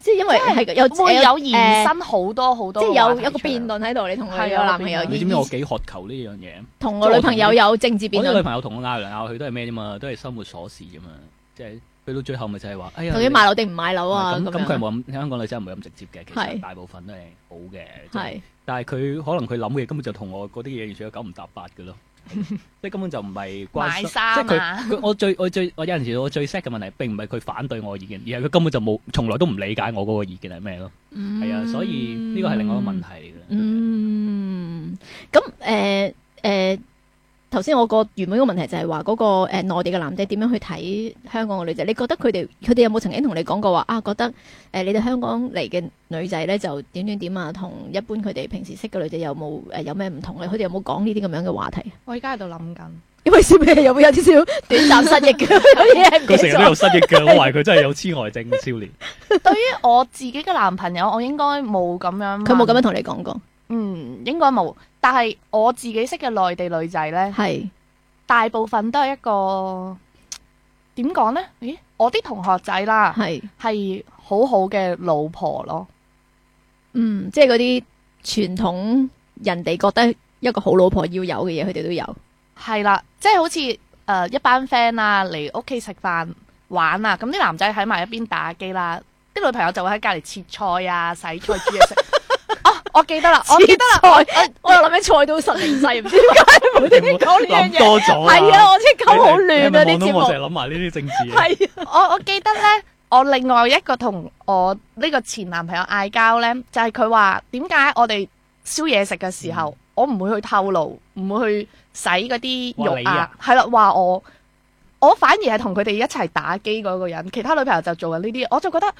即係因為係啊有會誒有延伸好多好即多係話題出嚟，有一個辯論喺度，你同你啊係個啊男朋友，你知唔知我幾渴求呢樣嘢？同我女朋友有政治辯我啲論女。朋友同我拗嚟拗去都係咩啫嘛，都係生活瑣事啫嘛，即係去到最後咪就係話，哎呀，究竟你買樓定唔買樓啊？咁咁咁樣佢係冇咁香港女仔唔係咁直接嘅，其實係大部分都係好嘅，即係係但係佢可能佢諗嘅嘢根本就同我嗰啲嘢完全有九唔搭八 嘅咯，即係根本就唔係關買心衫啊即係 佢佢我最我最我有陣時我最 sad 嘅問題並唔係佢反對我意見，而係佢根本就冇從來都唔理解我嗰個意見係咩咯，係啊，所以呢個係另外一個問題嚟嘅。嗯，咁誒誒，頭先我個原本個問題就係話嗰個誒內地嘅男仔點樣去睇香港嘅女仔？你覺得佢哋佢哋有冇曾經同你講過話啊？覺得誒你哋香港嚟嘅女仔咧就點點點啊，同一般佢哋平時識嘅女仔有冇誒有咩唔同咧？佢哋有冇講呢啲咁樣嘅話題？我而家喺度諗緊，因為小美有冇有啲少短暫失憶嘅 有啲嘢唔記佢得成日都咗有失憶嘅，我懷疑佢真係有痴呆症少 年。即係我自己嘅男朋友，我應該冇咁樣問。佢冇咁樣同你講過，嗯，應該冇。但係我自己識嘅內地女仔呢，係。大部分都係一個點講呢？咦，我啲同學仔啦，係，係好好嘅老婆咯。嗯，即係嗰啲傳統人哋覺得一個好老婆要有嘅嘢，佢哋都有。係啦，即係好似誒、呃一班 friend 啦嚟屋企食飯玩啊，咁啲男仔喺埋一邊打機啦，啲女朋友就會喺隔離切菜啊、洗菜煮 嘢食。哦，我記得啦，我記得啦，我我又諗起菜到失明世，唔知點解冇端端講呢 樣諗嘢。多咗係啊，我啲你狗好亂啊啲你係咪望到節我成日目。諗埋呢啲政治 嘢。係啊，我我記得咧，我另外一個同我呢個前男朋友嗌交咧，就係佢話點解我哋燒嘢食嘅時嗯候，我唔會去透露，唔會去洗嗰啲話肉你啊啊，係啦，話我。我反而係同佢哋一齊打機嗰個人，其他女朋友就做緊呢啲嘢，我就覺得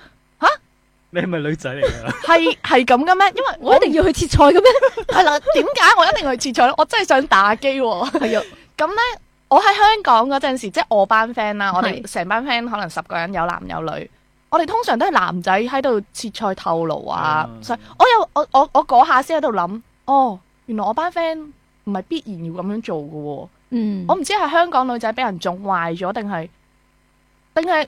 你係咪女仔嚟㗎？ 係係咁嘅咩？因為我一定要去切菜嘅咩？係啦，點解我一定去切菜咧？我真係想打機喎、係啊，咁咧，我喺香港嗰陣時，即係我班 friend 啦，我哋係成班 friend 可能十個人有男有女，我哋通常都係男仔喺度切菜透露啊，嗯所以我有我我我嗰下先喺度諗，哦，原來我班 friend 唔係必然要咁樣做嘅喎、嗯，我唔知係香港女仔俾人縱壞咗，定係定係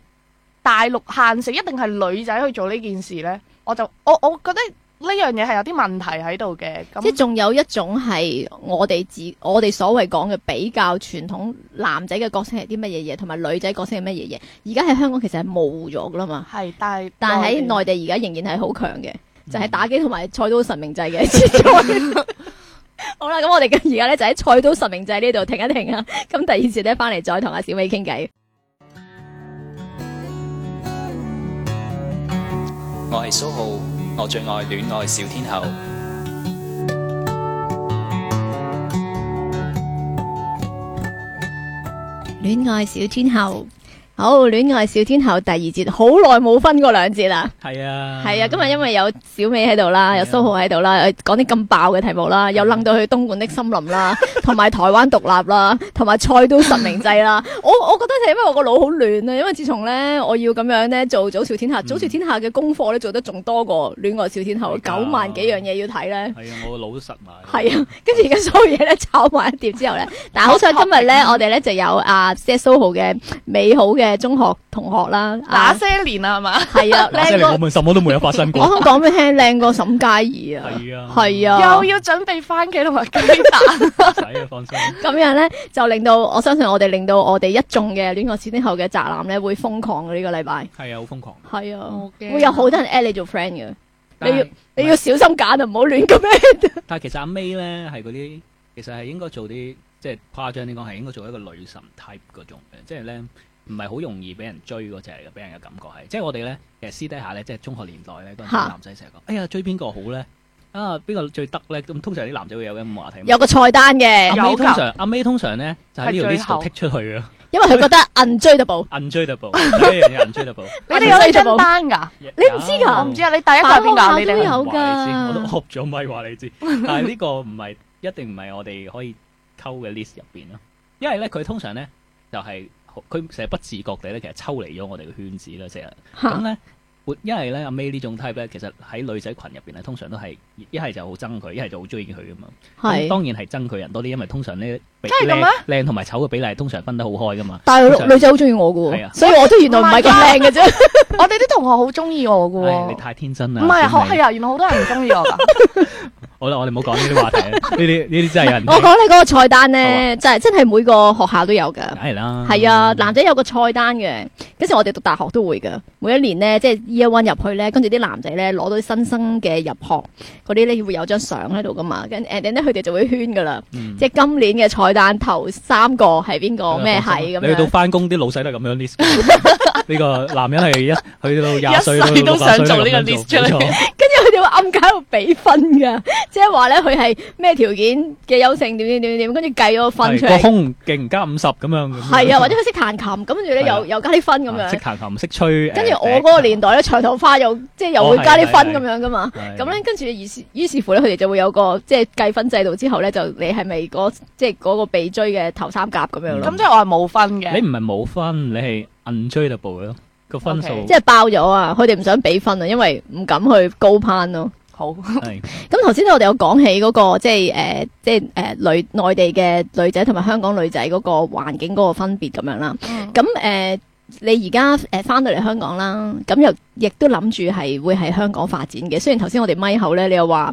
大陸限食，一定係女仔去做呢件事呢？我就我我覺得呢樣嘢係有啲問題喺度嘅。咁即系仲有一種係我哋自我哋所謂講嘅比較傳統男仔嘅角色係啲乜嘢嘢，同埋女仔角色係乜嘢嘢。而家喺香港其實係冇咗噶啦嘛，係，但係但係喺內內地而家仍然係好強嘅，就係打機同埋菜刀神明制嘅 切菜。好啦，咁我哋嘅而家咧就喺菜刀神明制呢度停一停啊。咁第二次咧翻嚟再同阿小美傾偈。我係蘇浩，我最愛戀愛小天后。戀愛小天后，好，戀愛小天后第二節好耐冇分過兩節啦。係啊，系啊，今日因為有小美喺度啦，係啊啊有蘇浩喺度啦，講啲咁爆嘅題目啦，又楞到去東莞的森林啦， 同埋台灣獨立啦，同埋菜刀實名制啦。 我我覺得係因為我個腦好亂啊，因為自從咧我要咁樣咧做早朝天下，早朝天下嘅功課咧做得仲多過戀愛小天后，嗯係啊九㗎萬幾樣嘢要睇咧。係啊，我個腦都塞埋。係啊，跟住而家所有嘢咧炒埋一碟之後咧，但係好彩今日 咧我哋咧就有啊 s e s o h o 嘅美好嘅中學同學啦，那啊些年啊，係嘛？係啊，即靚係我過們什麼都沒有發生我 過。想講俾你聽，靚過沈佳宜啊！係啊，系啊又，要準備番茄同埋雞蛋，唔使啊，放心。咁樣咧就令到我相信我哋令到我哋一眾嘅戀愛小天后嘅宅男咧會瘋狂嘅呢個禮拜，係啊，好瘋狂。係啊，我驚會有好多人 at 你做 friend 嘅，但你要係你要小心揀啊，唔好亂咁 at。但係其實阿 May 咧係嗰啲，其實係應該做啲即係誇張啲講，係應該做一個女神 type 嗰種嘅，即係咧唔係好容易俾人追嗰只嘅，俾人嘅感覺係。即係我哋咧其實私底下咧，即係中學年代咧嗰陣時嚇男仔成日講，哎呀追邊個好咧？啊邊個最得咧？咁通常啲男仔會有咁嘅話題。有個菜單阿嘅， May 有通㗎常阿 May 通常咧就喺呢係度最 list 度後剔出去啊因為佢覺得 untradeable。 ，untradeable 呢樣嘢 untradeable。 你哋有呢張單㗎？你唔知㗎我唔知啊，你第一個係邊個啊？嗯反學校你都哋有㗎我都 up 咗咪話你知， 但係呢個唔係一定唔係我哋可以溝嘅 list 入邊咯，因為咧佢通常咧就係好佢成日不自覺地咧，其實抽離咗我哋嘅圈子啦，成日咁嚇咧。活因為咧阿 May 呢種 type 咧，其實喺女仔群入邊咧，通常都係一係就好憎佢，一係就好中意佢噶嘛。咁係，當然係憎佢人多啲，因為通常咧比真係咁咩靚靚同埋醜嘅比例通常分得好開噶嘛。但通係常女女仔好中意我嘅係喎啊，所以我都原來唔係咁靚嘅啫。 我哋啲同學好中意我㗎唉，你喎。太天真啦！唔係，小好美係啊，原來好多人唔中意 我㗎。好啦，我哋唔好講呢啲話題啦，呢啲呢啲真係有人我聽。講你嗰個菜單咧，真係真係每個學校都有㗎。梗係啦，係啊，男仔有個菜單嘅，跟住我哋讀大學都會㗎。每一年呢，即係 year one 入去呢，跟住啲男仔呢，攞到啲新生嘅入學嗰啲呢，會有張相喺度㗎嘛，跟 and then 呢佢哋就會圈㗎啦。嗯即係今年嘅菜單頭三個係邊個係啊咩放心係咁你去到樣？翻工啲老細都係咁樣 list。呢個男人係一去到廿歲到一世都六想十歲做呢個咁樣 list 出嚟冇錯跟住佢哋會暗解度俾分㗎，即係話呢，佢係咩條件嘅優勝點點點點，跟住計咗個分係出個嚟。胸勁加五十咁樣。咁樣係啊，à, 或者佢識彈琴，咁跟住呢，係啊又又加啲分咁識樣。彈琴，識吹。跟住誒我嗰個年代呢，長頭髮又即係又會哦係加啲分係咁樣㗎嘛。係咁咧，跟住於是於是乎咧，佢哋就會有個即係計分制度之後咧，就你係咪嗰即係嗰個被追嘅頭三甲咁樣咯？咁即係我係冇分你嘅。唔係冇分，你係 untradeable 嘅咯，個分數 OK 即係爆咗啊！佢哋唔想俾分啊，因為唔敢去高攀咯。好。係咁頭先咧，我哋有講起嗰、個即係誒、呃即係誒、呃女內地嘅女仔同埋香港女仔嗰個環境嗰個分別咁樣啦。咁誒、呃你而家誒翻到嚟香港啦，咁又亦都諗住係會喺香港發展嘅。雖然頭先我哋咪口咧，你又話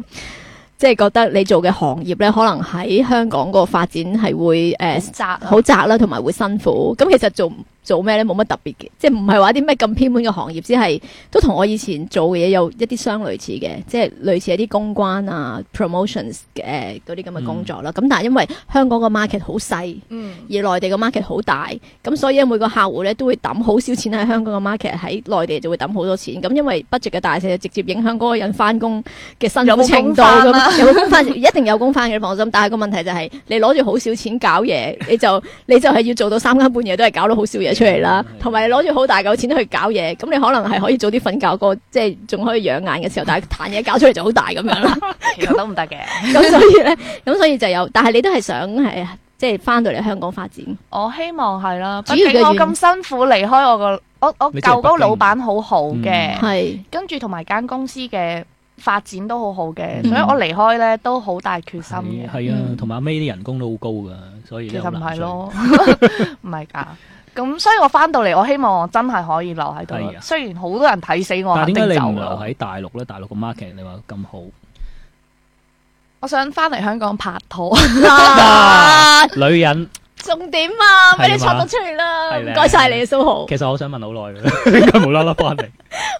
即係覺得你做嘅行業咧，可能喺香港個發展係會誒。呃窄啊好窄啦，同埋會辛苦。咁其實做做咩咧？冇乜特別嘅，即係唔係話啲咩咁偏門嘅行業，只係都同我以前做嘅嘢有一啲相類似嘅，即係類似一啲公關啊、promotions 嘅呃嗰啲咁嘅工作啦。咁、但係因為香港個 market 好細，嗯而內地個 market 好大，咁所以咧每個客戶咧都會抌好少錢喺香港嘅 market，喺內地就會抌好多錢。咁因為 budget 嘅大細，就直接影響嗰個人翻工嘅辛有冇苦程工度返咁啊有冇工翻？ 一定有工翻嘅，你放心。但係個問題就係、你攞住好少錢搞嘢，你 就你就係要做到三更半夜都係搞到好少嘢出嚟啦。同埋你攞住好大嚿錢去搞嘢，咁你可能係可以早啲瞓覺個，即係仲可以養眼嘅時候，但係彈嘢搞出嚟就好大咁樣啦。 其實都唔得嘅。咁所以咧，咁所以就有，但係你都係想係即係翻到嚟香港發展。我希望係啦，主畢要嘅竟我原咁辛苦離開我個我我你真係嗯舊嗰個北京老闆好好嘅，係跟住同埋間公司嘅發展都好好嘅，嗯所以我離開咧都好大決心係嘅。係啊，嗯同埋阿 May 啲人工都好高噶，所以其真係好實唔難係追。咯， 唔係㗎。咁所以我翻到嚟，我希望我真係可以留喺度係啊咯。雖然好多人睇死我，但係點肯解定你走唔留啦喺大陸咧？大陸個 market 你話咁好，我想翻嚟香港拍拖。啊女人 重點啊，俾你係戳嘛到出嚟啦，係咧唔該晒你啊，蘇豪。 其實我想問好耐嘅，應該冇啦啦翻嚟。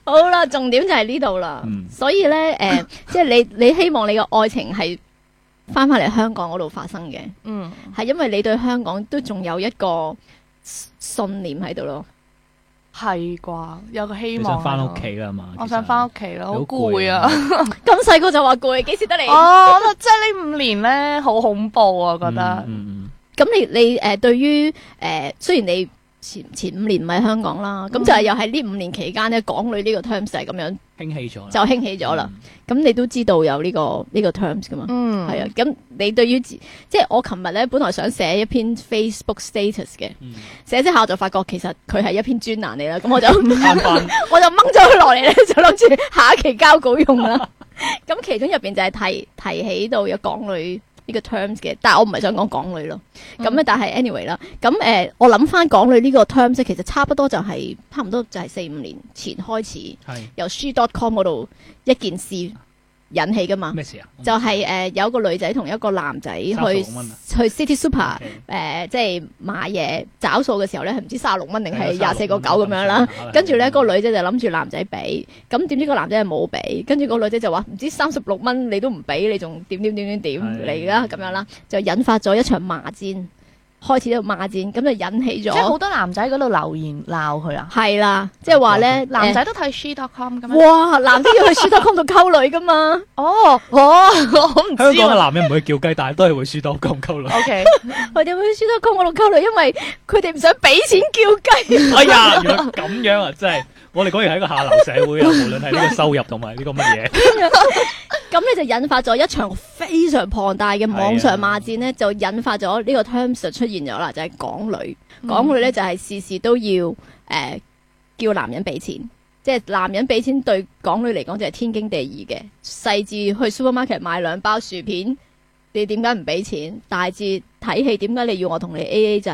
好啦，重點就係呢度啦。嗯所以咧，诶、 即係你你希望你嘅愛情係翻返嚟香港嗰度發生嘅，嗯，係因為你對香港都仲有一個信念喺度咯。係啩？有個希你望。想翻屋。企啦嘛？我其想實翻屋企咯，你好攰啊！！咁細個就話攰，幾時得你？ 哦，咁啊即係呢五年咧，好恐怖啊！我覺得嗯嗯咁你你诶、呃，对于诶、呃，虽然你前前五年唔喺香港啦，咁嗯就係又喺呢五年期間咧，港女呢個 terms 就係咁樣嗯興起咗啦，就興起咗嗯啦。咁、你都知道有呢、個呢、個 terms 噶嘛？嗯，係啊，咁你對於自即係我琴日咧，本來想寫一篇 Facebook status 嘅，嗯。寫寫下我就發覺其實佢係一篇專欄嚟啦，咁我就翻翻 我就掹咗佢落嚟咧， 就諗住下一期交稿用啦。 咁其中入邊就係提提起到有港女呢個 terms 嘅，但係我唔係想講港女咯。咁咧，但係 anyway 啦，咁誒、呃我諗翻港女呢個 terms 呢其實差不多就係、差唔多就係四五年前開始係由 she.com 嗰度一件事引起噶嘛。咩事啊？就係、呃有個女仔同一個男仔去36蚊啊去 City Super 誒 OK、即係買嘢找數嘅時候咧，係唔知三十六蚊定係廿四個九咁樣係啦啊36蚊。跟住咧，個女仔就諗住男仔俾，咁點知個男仔係冇俾，跟住個女仔就話唔知三十六蚊你都唔俾，你仲點點點點點係嚟啦咁樣啦，就引發咗一場罵戰，開始咗罵戰，咁就引起即係好咗多男仔嗰度留言鬧佢啊！係啦，即係話咧男。仔都睇 she.com 咁誒哇！男仔要去 Supercom 度溝女噶嘛？哦，哦，我唔香知港嘅喎。男人唔會叫雞，但係都係會輸多咁鳩啦。 O K，佢哋去 Supercom 嗰度溝女，因為佢哋唔想俾錢叫雞。哎呀，原來咁樣啊！真係，我哋果然係一個下流 社會啊，無論係呢個收入同埋呢個乜嘢， 咁咧就引發咗一場非常龐大嘅網上罵戰咧，就引發咗呢個 terms 就出現咗啦，就係、港女。嗯港女咧就係事事都要誒、呃叫男人俾錢，即係男人俾錢對港女嚟講就係天經地義嘅。細至去 supermarket 買兩包薯片，你點解唔俾錢？大至睇戲點解你要我同你 A A 制？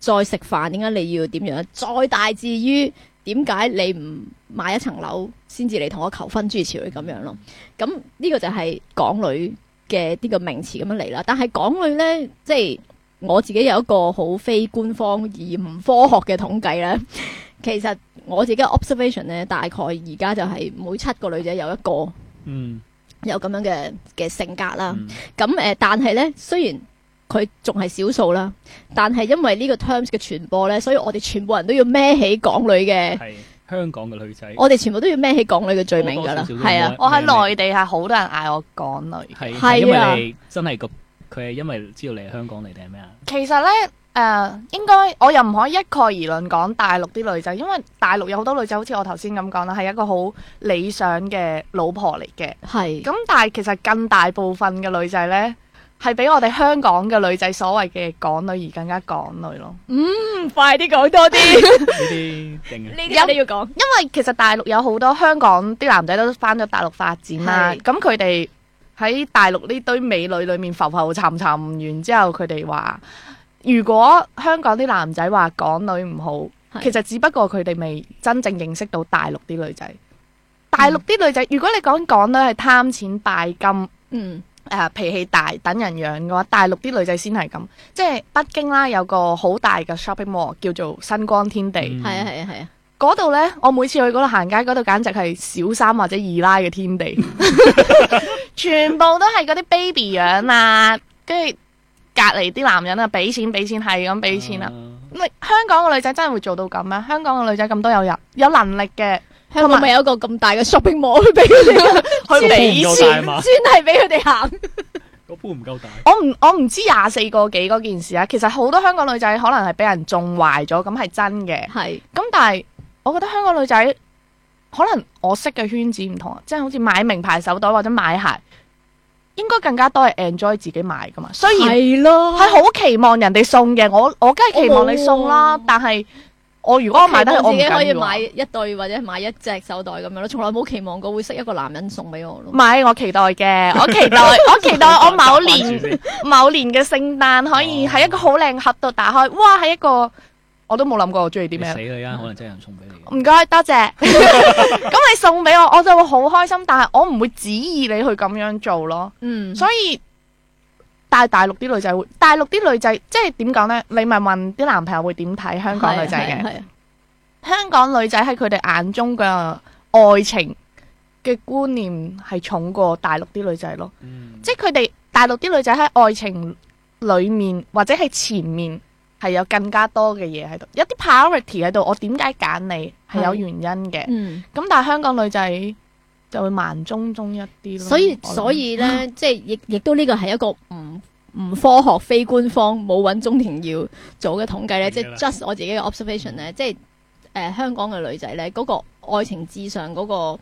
再食飯點解你要點樣？再大至於點解你唔買一層樓先至嚟同我求婚諸如此類咁樣咯？咁呢個就係港女嘅呢個名詞咁樣嚟啦。但係港女呢，即係我自己有一個好非官方而唔科學嘅統計呢。 其實我自己嘅 observation 呢，大概而家就係每七個女仔有一個嗯，有咁樣嘅嘅性格啦。嗯咁誒、呃但係咧，雖然佢仲係少數啦，但係因為呢個 terms 嘅傳播咧，所以我哋全部人都要孭起港女嘅，係香港嘅女仔，我哋全部都要孭起港女嘅罪名㗎啦，多多少少都係啊冇，我喺內地係好多人嗌我港女。係係啊係因為你真係個佢係因為知道你係香港嚟定係 咩啊？其實咧，誒、應該我又唔可以一概而論講大陸啲女仔，因為大陸有好多女仔，好似我頭先咁講啦，係一個好理想嘅老婆嚟嘅。係咁但係其實更大部分嘅女仔咧，係比我哋香港嘅女仔所謂嘅港女而更加港女咯。咁快啲講多啲，呢啲定呢啲你要講，因為其實大陸有好多香港啲男仔都翻咗大陸發展啦，係咁佢哋喺大陸呢堆美女裏面浮浮沉沉，完之後佢哋話：如果香港啲男仔話港女唔好，係其實只不過佢哋未真正認識到大陸啲女嗯仔。大陸啲女仔，如果你講港女係貪錢拜金。嗯誒、脾氣大等人養嘅話，大陸啲女仔先係咁，即係北京啦，有個好大嘅 shopping mall 叫做新光天地，嗯係啊係啊係啊，嗰度呢，我每次去嗰度行街，嗰度簡直係小三或者二奶嘅 天地，全部都係嗰啲 baby 樣啊，跟住隔離啲男人啊，俾錢俾錢係咁俾錢啊啊！咁你香港嘅女仔真係會做到咁咩？香港嘅女仔咁多有人有能力嘅，香港咪有一個咁大嘅 shopping mall 去俾佢 哋，啊去俾都唔夠錢大嘛專係俾佢哋行，個杯唔夠大，我唔我唔知廿四個幾嗰件事啊，其實好多香港女仔可能係俾人縱壞咗，咁係真嘅。係咁但係我覺得香港女仔可能我識嘅圈子唔同啊，即係好似買名牌手袋或者買鞋，應該更加多係 enjoy 自己買噶嘛。雖然係咯，啊係好期望人哋送嘅，我我梗係期望你送啦，我冇喎但係我如果我買得起，我哦我唔自己可以緊要啊買一對或者買一隻手袋咁樣咯，從來冇期望過會識一個男人送俾我唔咯。係，我期 待嘅，我期待，我期待我某年某年嘅聖誕可哦以喺一個好靚盒度打開，哇！喺一個我都冇諗過我中意啲你咩死。你啊！可能真係有人送俾你。唔該，多謝。 咁你送俾我，我就會好開心，但係我唔會指意你去咁樣做咯。嗯，所以，但係大陸啲女仔會，大陸啲女仔即係點講呢？你咪問啲男朋友會點睇香港女仔嘅？嘅，香港女仔喺佢哋眼中嘅愛情嘅觀念係重過大陸啲女仔咯。嗯即係佢哋大陸啲女仔喺愛情裡面或者係前面係有更加多嘅嘢喺度，有啲 priority 喺度。我點解揀你係有係原因嘅。嗯。咁但係香港女仔就會慢中中一啲咯。所以我諗所以咧，嗯即系亦亦都呢個係一個唔唔科學、非官方、冇揾中田耀做嘅統計咧，即係明㗎啦 just 我自己嘅 observation 咧，即係誒、呃香港嘅女仔咧，嗰、個愛情至上嗰、個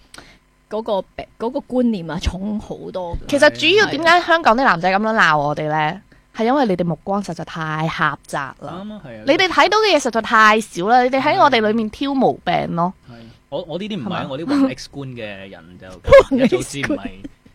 嗰、個比嗰、個觀念啊，重好多嘅。其實主要點解香港啲男仔咁樣鬧我哋呢？係因為你哋目光實在太狹窄啦。啱啊，係啊。你哋睇到嘅嘢實在太少啦，你哋喺我哋裏面挑毛病咯。係我我呢啲唔係嘛係，我啲混 X 觀嘅人就一早 X 知唔觀係，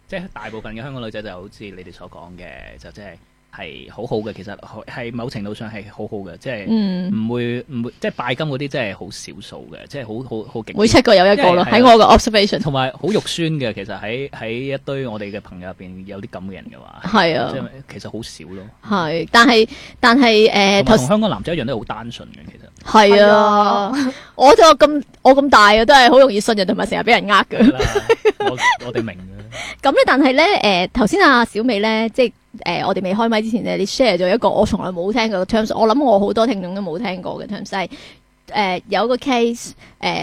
即係大部分嘅香港女仔就好似你哋所講嘅，就即係係好好嘅。其實係某程度上係好好嘅，即係嗯，唔會唔會即係拜金嗰啲，真係好少數嘅，即係好好好極每七個有一個咯，因為喺係啊我嘅 observation 同埋好肉酸嘅。其實喺喺一堆我哋嘅朋友入邊有啲咁嘅人嘅話，係啊即係其實好少咯。係，但係但係誒同埋頭同香港男仔一樣都係好單純嘅，其實。 係啊係， 我就咁我咁大啊，都係好容易信人，同埋成日俾人呃 嘅。我我哋明嘅，咁咧，但係咧，誒、頭先阿小美咧，即係誒、我哋未開麥之前咧，你 share 咗一個我從來冇聽過嘅 terms，我諗我好多聽眾都冇聽過嘅 terms，係誒、啊有個 case，誒、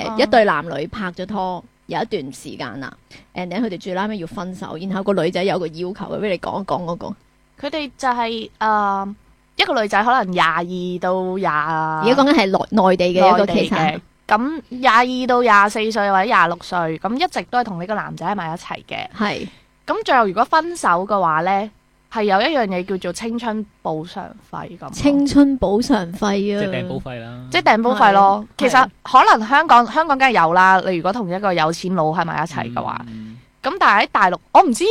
哦一對男女拍咗拖有一段時間啦，and then 佢哋最拉尾要分手，然後個女仔有個要求嘅，俾你講一講嗰、個，佢哋就係、呃一個女仔可能廿二到廿，而家講緊係內內地嘅一個啊內地 case 啊嘅。咁廿二到廿四歲或者廿六歲，咁一直都係同呢個男仔喺埋一齊嘅。係咁最後如果分手嘅話呢，係有一樣嘢叫做青春補償費咁。啊青春補償即費係掟保啊，費啦，即係訂煲費咯，係其實可能香港香港梗係有啦。你如果同一個有錢佬喺埋一齊嘅話，嗯咁、但係喺大陸，我唔知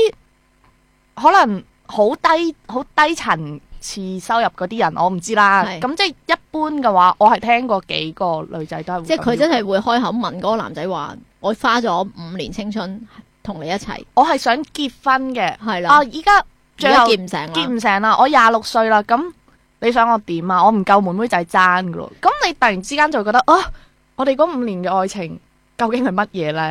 可能好低好低層次收入嗰啲人，我唔知啦。係咁即係一般嘅話，我係聽過幾個女仔都係會即係佢咁樣真係會開口問嗰個男仔話：我花咗五年青春同你一齊，我係想結婚嘅。係啦啊，，依家而最家後結唔成啦結。唔成啦，我廿六歲啦，咁你想我點啊？我唔夠妹妹仔爭噶咯。咁你突然之間就會覺得啊，我哋嗰五年嘅愛情究竟係乜嘢呢？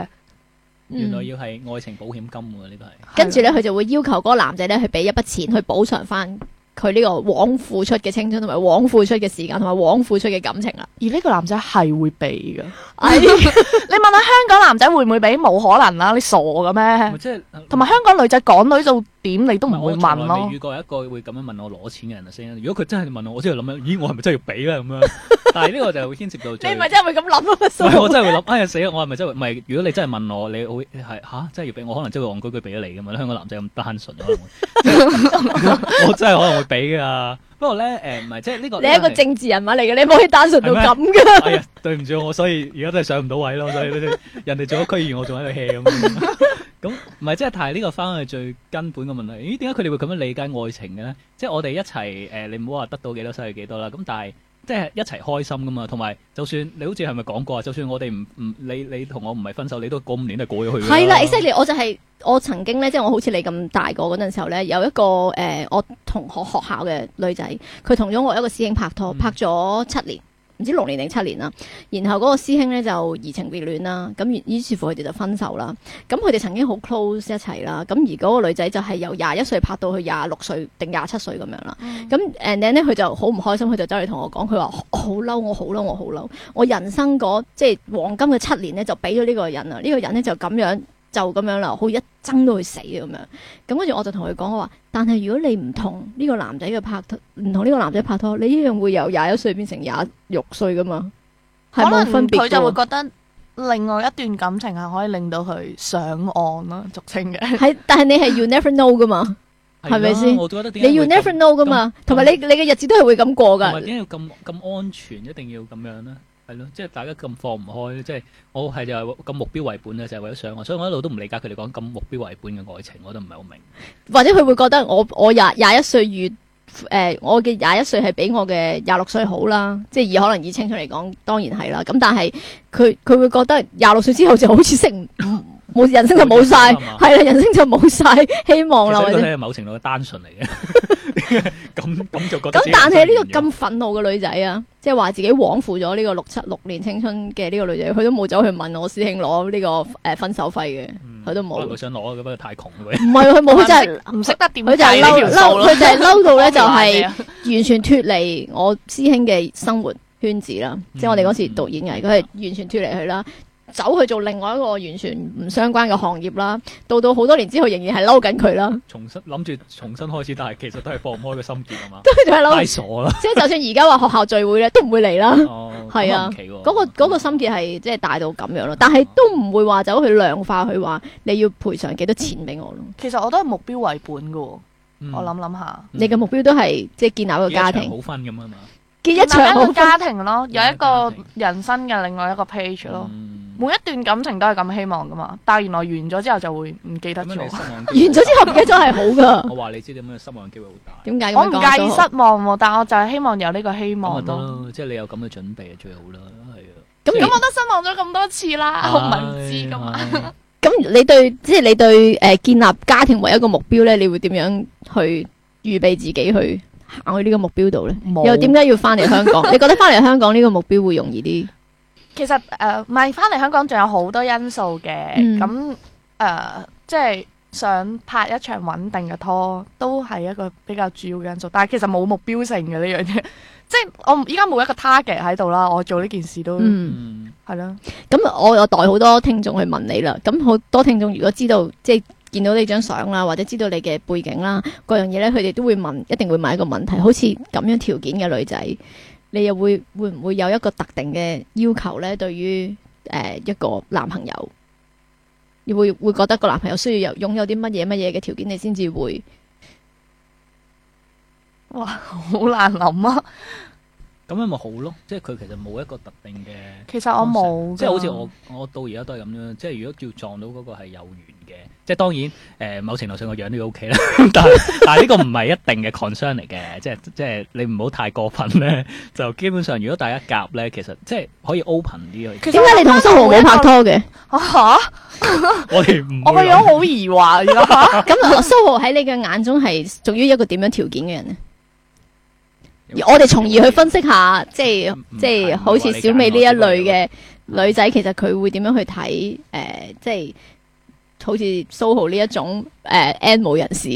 嗯原來要係愛情保險金喎，呢個係。跟住咧，佢就會要求嗰個男仔咧去俾一筆錢去補償翻佢呢個枉付出嘅青春，同埋枉付出嘅時間，同埋枉付出嘅感情 啦。而呢個男仔係會俾噶。哎 你問下香港男仔會唔會俾？冇可能啦，你傻嘅咪咩？即係呃同埋香港女仔港女到點你都唔我會從來問咯未。遇過一個會咁樣問我攞錢嘅人先。如果佢真係問我，我真係諗緊，咦，我係咪真係要俾咧咁 樣？但係呢個就會牽涉到最。真係會咁啊諗喂我真係會諗，哎呀死啦！我係咪真係唔係？如果你真係問我，你會係吓真係要俾我，可能真係會戇居居俾咗你咁樣。香港男仔咁單純，可能 會 我真係可能會俾噶。不過咧，誒唔係即係呢個。你係一個呢個係政治人物嚟嘅，你唔可以單純到咁噶。哎呀，對唔住我，所以而家都係上唔到位咯，所以呢啲人哋做咗區議員，我仲喺度 hea 咁樣。咁唔係，即係但係呢個翻去最根本嘅問題，咦？點解佢哋會咁樣理解愛情嘅咧？即係我哋一齊誒、呃你唔好話得到幾多失去幾多啦。咁但係即係一齊開心噶嘛。同埋就算你好似係咪講過啊？就算我哋唔唔你你同我唔係分手，你都嗰五年都係過咗去㗎。係啦，exactly，我就係、我曾經咧，即係我好似你咁大個嗰陣時候咧，有一個誒、呃我同學學校嘅女仔，佢同咗我一個師兄拍拖，嗯拍咗七年，唔知六年定七年啦。然後嗰個師兄咧就移情別戀啦，咁於於是乎佢哋就分手啦。咁佢哋曾經好 close 一齊啦，咁而嗰個女仔就係由廿一歲拍到去廿六歲定廿七歲咁樣啦。嗯咁 and then 咧，佢就好唔開心，佢就走嚟同我講，佢話好好嬲，我好嬲，我好嬲，我人生嗰即係黃金嘅七年咧，就俾咗呢個人啦，啊呢、個人咧就咁樣就咁樣啦，好一爭到佢死咁樣。咁跟住我就同佢講，我話，但係如果你唔同呢個男仔嘅拍拖，唔同呢個男仔拍拖，你一樣會由廿一歲變成廿六歲噶嘛，係冇可能分別佢就會㗎喎。覺得另外一段感情係可以令到佢上岸啦，俗稱嘅。係，但係你係 you never know 噶嘛，係係咪啦先我都覺得點解你 you 會咁 never know 噶嘛，同埋你你嘅日子都係會咁過同埋㗎。點解要咁咁安全，一定要咁樣咧？係係咯，即係大家咁放唔開，即係我係就係咁目標為本咧，啊就係為咗想愛，所以我一路都唔理解佢哋講咁目標為本嘅愛情，我都唔係好明。或者佢會覺得我我廿廿一歲越诶、我嘅廿一歲係比我嘅廿六歲好啦，即係以可能以青春嚟講，當然係啦。咁但係佢佢會覺得廿六歲之後就好似識唔冇人生就冇晒， 冇咗啦嘛係啦，人生就冇晒希其望啦，實或呢個者係某程度嘅單純嚟 嘅，咁咁就覺得咁自己但係呢個人生完咗咁憤怒嘅女仔啊，即係話自己枉付咗呢個六七六年青春嘅呢個女仔，佢都冇走去問我師兄攞呢、個诶分手費嘅，嗯佢都可能冇佢。想攞嘅，不過太窮嘅。唔係佢冇，佢真係唔識得點佢就係計呢嬲條數嬲，咯佢就係嬲 到咧就係、係啊完全脱離我師兄嘅生活圈子啦，嗯即係我哋嗰時讀演藝，佢係完全脱離佢啦，走去做另外一個完全唔相關嘅行業啦，到到好多年之後仍然係嬲緊佢啦， 重新諗住重新開始，但係其實都係放唔開個心結啊嘛，佢就係太嬲，傻 啦！即係就算而家話學校聚會咧都唔會嚟啦。哦，係啊咁又唔奇喎嗯嗰、個嗰個心結係即係大到咁樣咯，但係都唔會話走去量化佢話你要賠償幾多錢俾我咯。其實我都係目標為本嘅喎，嗯我諗諗下，你嘅目標都係即係建立一個一場家庭，好分咁啊嘛，建一場一好個家庭 咯，有一個有一個家人生嘅另外一個 page 咯。嗯每一段感情都係咁希望噶嘛，但係原來完咗之後就會唔記得咁樣你咗。失 望完咗之後唔記得咗係好噶。我話你知點樣失望嘅機會好大。點解咁樣我唔講介意都好失望喎，但我就係希望有呢個希咁咪望得咯。咯，即係你有咁嘅準備啊，最好啦，係啊。咁咁咁我都失望咗咁多次啦，我唔啊係唔知噶嘛。嘛。咁你對即係你對诶、呃建立家庭為一個目標咧，你會點樣去預備自己去行去呢個目標度咧？冇又點解要翻嚟香港？你覺得翻嚟香港呢個目標會容易啲？其實誒，唔係翻嚟香港仲有好多因素嘅，嗯咁誒、呃即係想拍一場穩定嘅拖，都係一個比較主要嘅因素。但係其實冇目標性嘅呢樣嘢， 即係我唔依家冇一個 target 喺度啦。我做呢件事都嗯，嗯，係咯，咁我又代好多聽眾去問你啦。咁好多聽眾如果知道即係見到呢張相啦，或者知道你嘅背景啦，各樣嘢咧，佢哋都會問，一定會問一個問題，好似咁樣條件嘅女仔，你又會會唔會有一個特定嘅要求咧？對於诶、呃一個男朋友，你會會覺得個男朋友需要有擁有啲乜嘢乜嘢嘅條件，你先至會好難諗啊。咁樣咪好咯，即係佢其實冇一個特定嘅，其實我冇㗎，即係好似我我到而家都係咁樣，即係如果叫撞到嗰個係有緣嘅，即係當然誒、呃某程度上個樣都要 O K 啦， 但係但係呢個唔係一定嘅 concern 嚟嘅，即係即係你唔好太過分咧，就基本上如果大家夾咧，其實即係可以 open 啲去，其實點我解你同蘇豪冇拍拖嘅？啊 嚇？我哋唔我個會樣諗好疑惑啊 而家。咁啊蘇豪喺你嘅眼中係屬於一個點樣條件嘅人呢？而我哋從而去分析下，即係唔即係嗯唔好似話你小美呢一揀我類嘅女仔，其實佢會點樣去睇？誒、即係好似蘇豪呢一種誒、N 冇人士，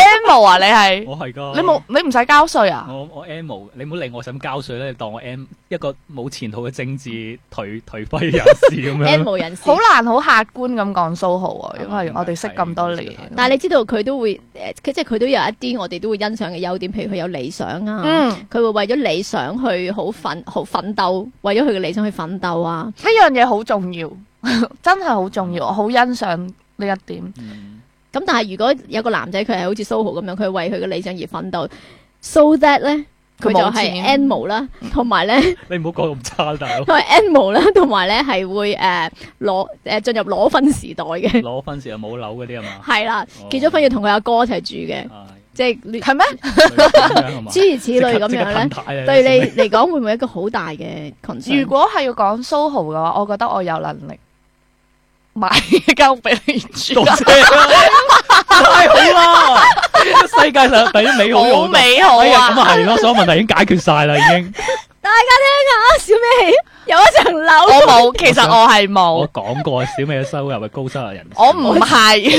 Emo 啊，你係我係㗎，你冇你唔使交税啊？我我 M 無，你唔好理我想交税咧，你當我 M 一個冇前途嘅政治頹頹廢人 士咁 N 樣。無人士。好難好客觀咁講蘇豪啊，因為嗯我哋識咁多係年。但係你知道佢都會誒，佢即係佢都有一啲我哋都會欣賞嘅優點，譬如佢有理想啊。嗯。佢會為咗理想去好奮好奮鬥，為咗佢嘅理想去奮鬥啊！呢樣嘢好重要， 真係好重要，我好欣賞呢一點。嗯咁但係如果有個男仔佢係好似蘇豪咁樣，佢係為佢嘅理想而奮鬥，so that 咧佢佢就冇係錢 animal 啦，嗯同埋咧 你唔好講咁差，大 佬佢係 animal 啦，同埋咧係會誒攞誒進入裸婚時代 嘅，攞分時又冇樓嗰啲啊嘛。係啦，哦結咗婚要同佢阿哥一齊住嘅，係即係係咩？咁樣係嘛 諸如此類咁即樣咧，刻即刻噴對太啊你嚟講會唔會一個好大嘅 concern？如果係要講蘇豪嘅話，我覺得我有能力買一間屋俾你住多。 謝啊太好啦！哎世界上第一美好 好用。美好哎呀，咁啊！啊 係咯，所有問題已經解決晒啦，已經。大家聽下，啊小美有一層樓我。冇，其實我係冇我，講過，小美嘅收入係高收入人士，我唔係，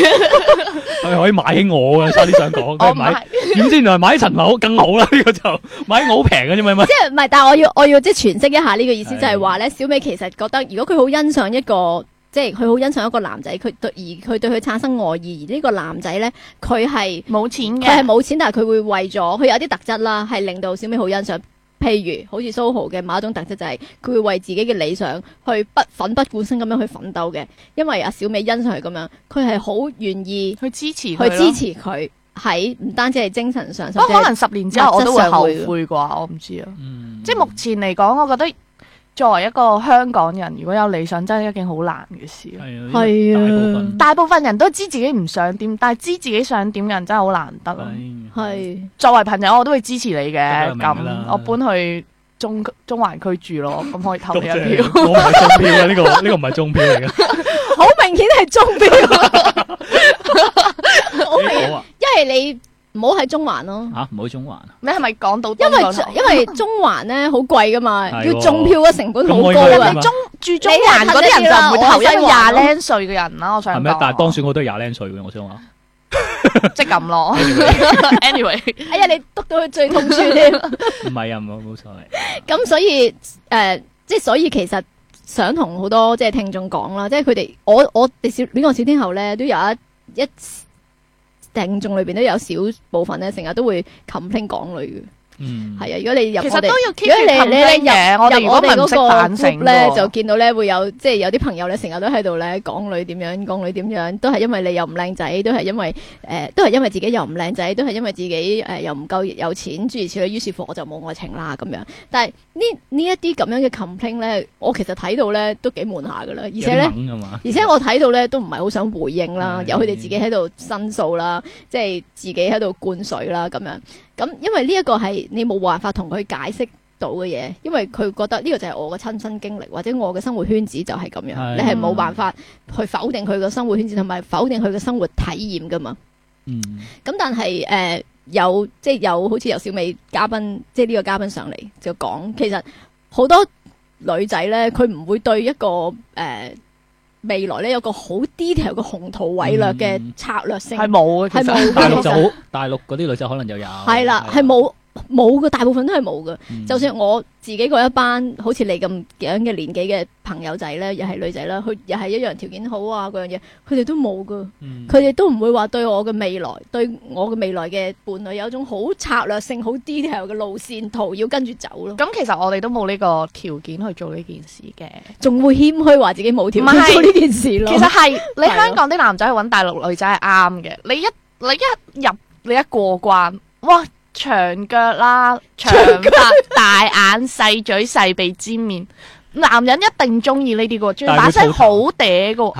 佢可以買起我啊嘅，差啲想講，我 佢唔買 係。點知原來買層樓更好 啦，呢個就買我好平嘅啫嘛，咪即係唔係？但係我要我要即係詮釋一下呢個意思，係就係話咧，小美其實覺得如果佢好欣賞一個，即係佢好欣賞一個男仔，佢對而佢對佢產生愛意，而呢個男仔咧，佢係冇錢佢係嘅，冇錢，但係佢會為咗佢有啲特質啦，係令到小美好欣賞。譬如好似蘇豪嘅某一種特質就係佢會為自己嘅理想去不奮不顧身咁樣去奮鬥嘅，因為阿小美欣賞佢咁樣，佢係好願意去支持去佢支咯。持佢喺唔單止係精神上，甚不過至可係能十年之後我都會後物質上悔啩，我唔知啊。嗯即係目前嚟講，我覺得作為一個香港人，如果有理想，真係一件好難嘅事咯。係啊，係啊大部分，大部分人都知自己唔想點，但係知自己想點嘅人真係好難得咯。係係作為朋友，我都會支持你嘅。梗係明㗎啦咁我搬去中中環區 住咯，咁可以投你咁一即係票。我唔係中票啊！呢個呢個唔係中票嚟嘅。好明顯係中標， 好明咦顯，好啊因為你唔好喺中環咯。嚇，唔 好中環啊！你係咪港島東因為嗰頭因為中環咧好貴噶嘛，係要喎中票嘅成本好高咁我以為啊點。啊中住中環嗰啲人就唔會投一個廿零歲嘅人啦。我想係講咩？但係當選我都係廿零歲嘅，我想話。 即係 咁咯。anyway，哎呀，你督到佢最痛處 添。唔係啊，冇冇所謂。咁所以誒、呃即係所以其實想同好多即係聽眾講啦，即係佢哋我我哋小戀愛小天后咧，都有一一聽眾裏邊都有少部分咧，成日都會 complain 港女嗯嘅，，係啊。如果你入其我哋實都要 keep 如果住你你你氹嘅。我哋入如果我唔哋係唔嗰識個反省 group 咧，喎就見到咧會有即係有啲朋友咧，成日都喺度咧港女點樣，港女點樣，都係因為你又唔靚仔，都係因為誒、呃都係因為自己又唔靚仔，都係因為自己誒、呃又唔夠有錢，諸如此類。於是乎我就冇愛情啦咁樣。但係呢呢一啲咁樣嘅 complaint 咧，我其實睇到咧都幾悶下噶啦，而且咧。猛啊嘛，嗯而且我睇到咧都唔係好想回應啦，係由佢哋自己喺度申訴啦，即係自己喺度灌水啦咁樣。咁因為呢一個係你冇辦法同佢解釋到嘅嘢，因為佢覺得呢個就係我嘅親身經歷，或者我嘅生活圈子就係咁樣，係你係冇辦法去否定佢嘅生活圈子同埋否定佢嘅生活體驗噶嘛。嗯，咁但係誒、呃有即係有好似由小美嘉賓，即係呢個嘉賓上嚟就講，其實好多女仔咧，佢唔會對一個誒、呃未來咧有個好 detail 嘅宏圖偉略嘅嗯策略性係冇嘅，啊其係冇實大陸嘅，其就實好，大陸嗰啲女仔可能就有。係係啊啦，係。冇冇嘅，大部分都係冇嘅。嗯就算我自己嗰一班好似你咁樣嘅年紀嘅朋友仔咧，又係女仔啦，佢又係一樣條件好啊嗰樣嘢，佢哋都冇噶。嗯佢哋都唔會話對我嘅未來，對我嘅未來嘅伴侶有一種好策略性、好 detail 嘅路線圖要跟住走咯， 咁其實我哋都冇呢個條件去做呢件事嘅。仲會謙虛話自己冇條唔件係做呢件事咯。其實係你係咯香港啲男仔去揾大陸女仔係啱嘅，你一你一入你一過關，哇！長腳啦，長髮、大眼、細嘴、細鼻、尖面，男人一定中意呢啲嘅喎，仲要但係把佢聲吐槽好嗲嘅喎。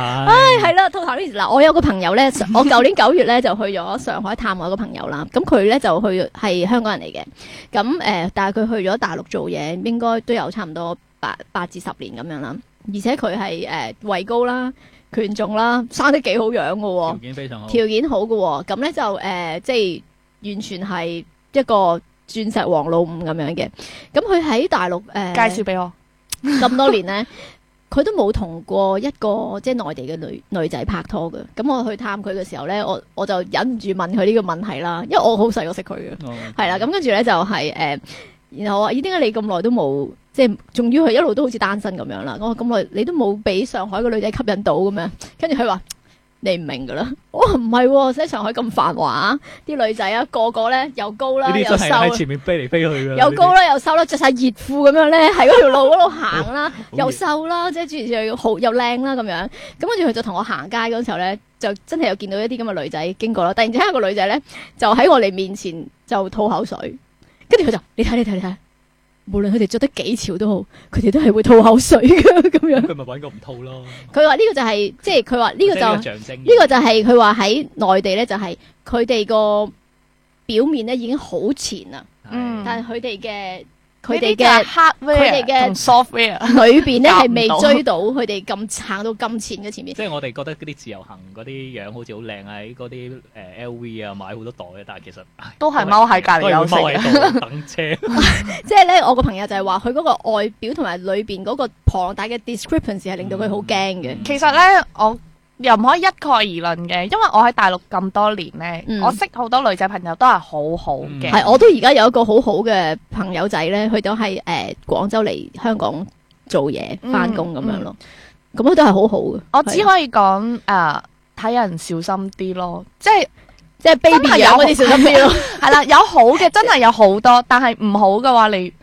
係係啦，吐頭呢嗱，我有個朋友 咧，我舊年九月咧就去咗上海探我一個朋友啦。咁佢咧就去係香港人嚟嘅，咁誒、呃但係佢去咗大陸做嘢，應該都有差唔多八八至十年咁樣啦。而且佢係誒位高啦、權重啦，生得幾好樣嘅喎。條件非常好。條件好嘅喎、咁咧就誒、呃即係完全係一個鑽石王老五咁樣嘅。咁佢喺大陸誒、呃介紹俾我，咁多年咧， 佢都冇同過一個即係內地嘅女女仔拍拖嘅。咁我去探佢嘅時候咧，我我就忍唔住問佢呢個問題啦，因為我好細個識佢嘅。哦係啦，咁跟住咧就係、呃然後我話咦點解你咁耐都冇，即係仲要佢一路都好似單身咁樣啦。我話咁耐你都冇俾上海個女仔吸引到咁樣，跟住佢話。你唔明噶啦，我話唔係喎，喺上海咁繁華，啲女仔啊個個咧又高啦，呢啲又真瘦係啦喺前面飛嚟飛去嘅。又高啦，啦，又瘦啦，着晒熱褲咁樣咧，喺嗰條路嗰度行啦，又瘦啦，即係諸如此類，好又靚啦咁樣。咁跟住佢就同我行街嗰陣時候咧，就真係有見到一啲咁嘅女仔經過啦。突然之間有個女仔咧，就喺我哋面前就吐口水，跟住佢就你睇你睇你睇，無論佢哋着得幾潮都好，佢哋都係會吐口水嘅咁嗯樣。佢咪揾個唔套咯。佢話呢個就係、即係佢話呢個就即係象徵。呢個就係佢話喺內地咧，就係佢哋個表面咧已經好前啦，嗯但係佢哋嘅佢佢哋嘅哋佢哋嘅。hardware 嘅同 software 裏邊咧係未夾唔到追到佢哋咁撐到咁前嘅前面。即係我哋覺得嗰啲自由行嗰啲樣好似好靚啊，喺嗰啲誒 LV 啊買好多袋啊，但係其實唉 都係踎喺隔都離係有會食踎喺度 等車。即係咧，我個朋友就係話佢嗰個外表同埋裏邊嗰個龐大嘅 discrepancy 係令到佢好驚嘅。其實咧，我又唔可以一概而論嘅，因為我喺大陸咁多年咧，嗯我識好多女仔朋友都係好好嘅。嗯係、我都而家有一個好好嘅朋友仔咧，佢都係誒廣州嚟香港做嘢嗯翻工咁樣咯。咁佢都係好好嘅。我只係可以講誒，呃睇、人小心啲咯，即係即係 baby 真係有樣嗰啲小心啲咯。 係啊啦，有好嘅真係有好多，但係唔好嘅話，你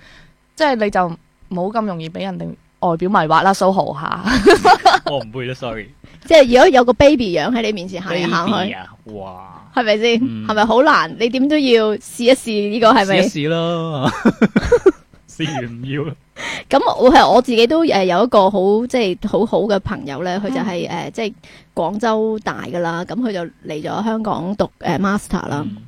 即係你就唔好咁容易俾人哋外表迷惑啦，蘇豪下。我唔會啦，sorry。即係如果有個 baby 樣喺你面前行嚟行 Baby 去，啊，哇！係咪先？嗯係咪好難？你點都要試一試呢個係咪？ 試一試咯，試完唔要啦。咁我係我自己都誒有一個好即係好好嘅朋友咧，佢就嗯係、誒、即係廣州大噶啦，咁佢就嚟咗香港讀誒、master 啦。嗯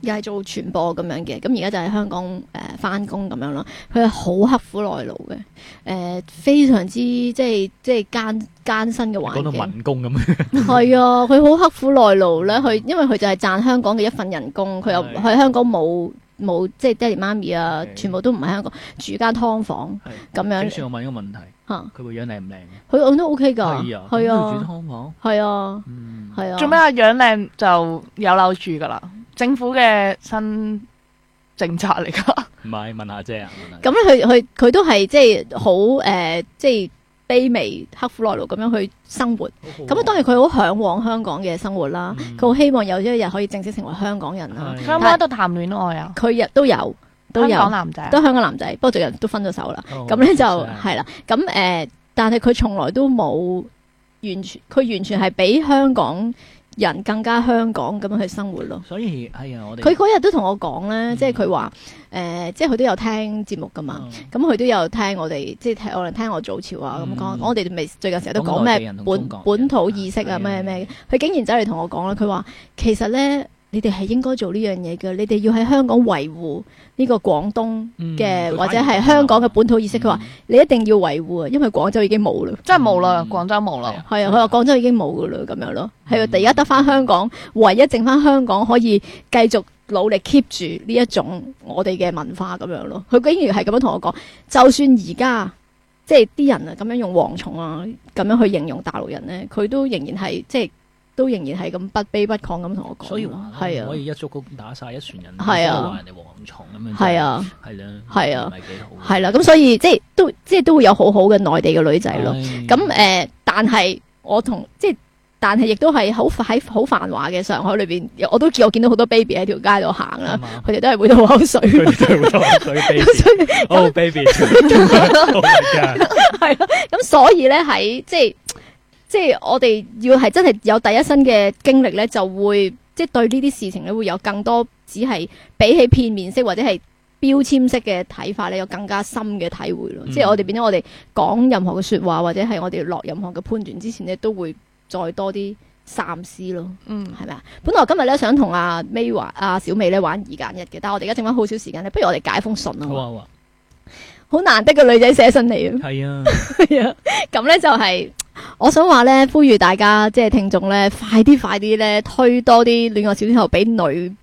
又係做傳播咁樣嘅，咁而家就喺香港誒翻工咁樣咯。佢係好刻苦耐勞嘅，誒、非常之即係即係艱艱辛嘅講環到境。民工咁，係啊，佢好刻苦耐勞咧。佢因為佢就係賺香港嘅一份人工，佢又係喺香港冇冇即係爹哋媽咪啊，係全部都唔喺香港住間劏房咁跟樣住我問一個問題，嚇。佢個樣靚唔靚？佢我都 OK 㗎，係啊，係咁佢住啊，劏房，係啊，嗯，係啊。做咩啊？樣靚就有樓住噶啦，政府嘅新政策嚟 噶。嗯唔係問下啫，問下咁咧，佢佢佢都係即係好誒，即係卑微、刻苦耐勞咁樣去生活。咁啊，當然佢好向往香港嘅生活啦，哦嗯佢好希望有一日可以正式成為香港人啦。係佢有冇喺度談戀愛啊？佢亦都有，都香港有，男仔啊都香港男仔，不過最近都分咗手啦。哦咁咧就真係係啦，咁誒，但係佢從來都冇完全，佢完全係比香港人更加香港咁樣去生活咯。所以哎呀，我哋佢嗰日都同我講咧，嗯即係佢話誒，即係佢都有聽節目噶嘛。嗯咁佢都有聽我哋，即係聽我哋聽我早潮啊咁講，嗯我哋咪最近成日都講講內地咩人同中本國人本土意識啊係咩係咩，佢竟然走嚟同我講啦，佢話其實咧你哋係應該做呢樣嘢嘅，你哋要喺香港維護呢個廣東嘅、嗯或者係香港嘅本土意識，佢話、嗯你一定要維護啊，因為廣州已經冇啦。真係冇啦，嗯廣州冇啦。係啊，佢話廣州已經冇噶啦，咁樣咯，係啊嗯，而家得翻香港，唯一剩翻香港可以繼續努力 keep 住呢一種我哋嘅文化咁樣咯。佢竟然係咁樣同我講，就算而家即係啲人啊咁樣用蝗蟲啊咁樣去形容大陸人咧，佢都仍然係即係都仍然係咁不卑不亢咁同我所講以咯話，係係啊，可啊，以一足咁打晒一船人，係啊都話人哋蝗蟲咁樣，係，啊，係啦，係啊唔係幾好，係啦，咁所以即係都即係都會有好好嘅內地嘅女仔咯。係咁誒、呃但係我同即係，但係亦都係好喺好繁華嘅上海裏邊，我都見我見到好多 baby 喺條街度行啦係，嘛佢哋都係會吐口水，佢 哋都會當水 baby，哦 baby，Oh my God 係啦。咁所以咧喺即係即係我哋要係真係有第一身嘅經歷咧，就會即係對呢啲事情咧會有更多只係比起片面式或者係。標籤式嘅睇法咧，有更加深嘅體會咯。嗯即係我哋變咗，我哋講任何嘅説話，或者係我哋落任何嘅判斷之前咧，都會再多啲三思咯。嗯，係咪啊？本來我今日咧想同阿 May 玩、阿小美咧玩二揀一嘅，但係我哋而家剩翻好少時間咧，不如我哋解封信好啊！啊好啊，好難得個女仔寫信嚟啊，係啊，係啊 咁咧就係、我想話咧，呼籲大家即係聽眾咧，快啲快啲咧推多啲戀愛小天后俾女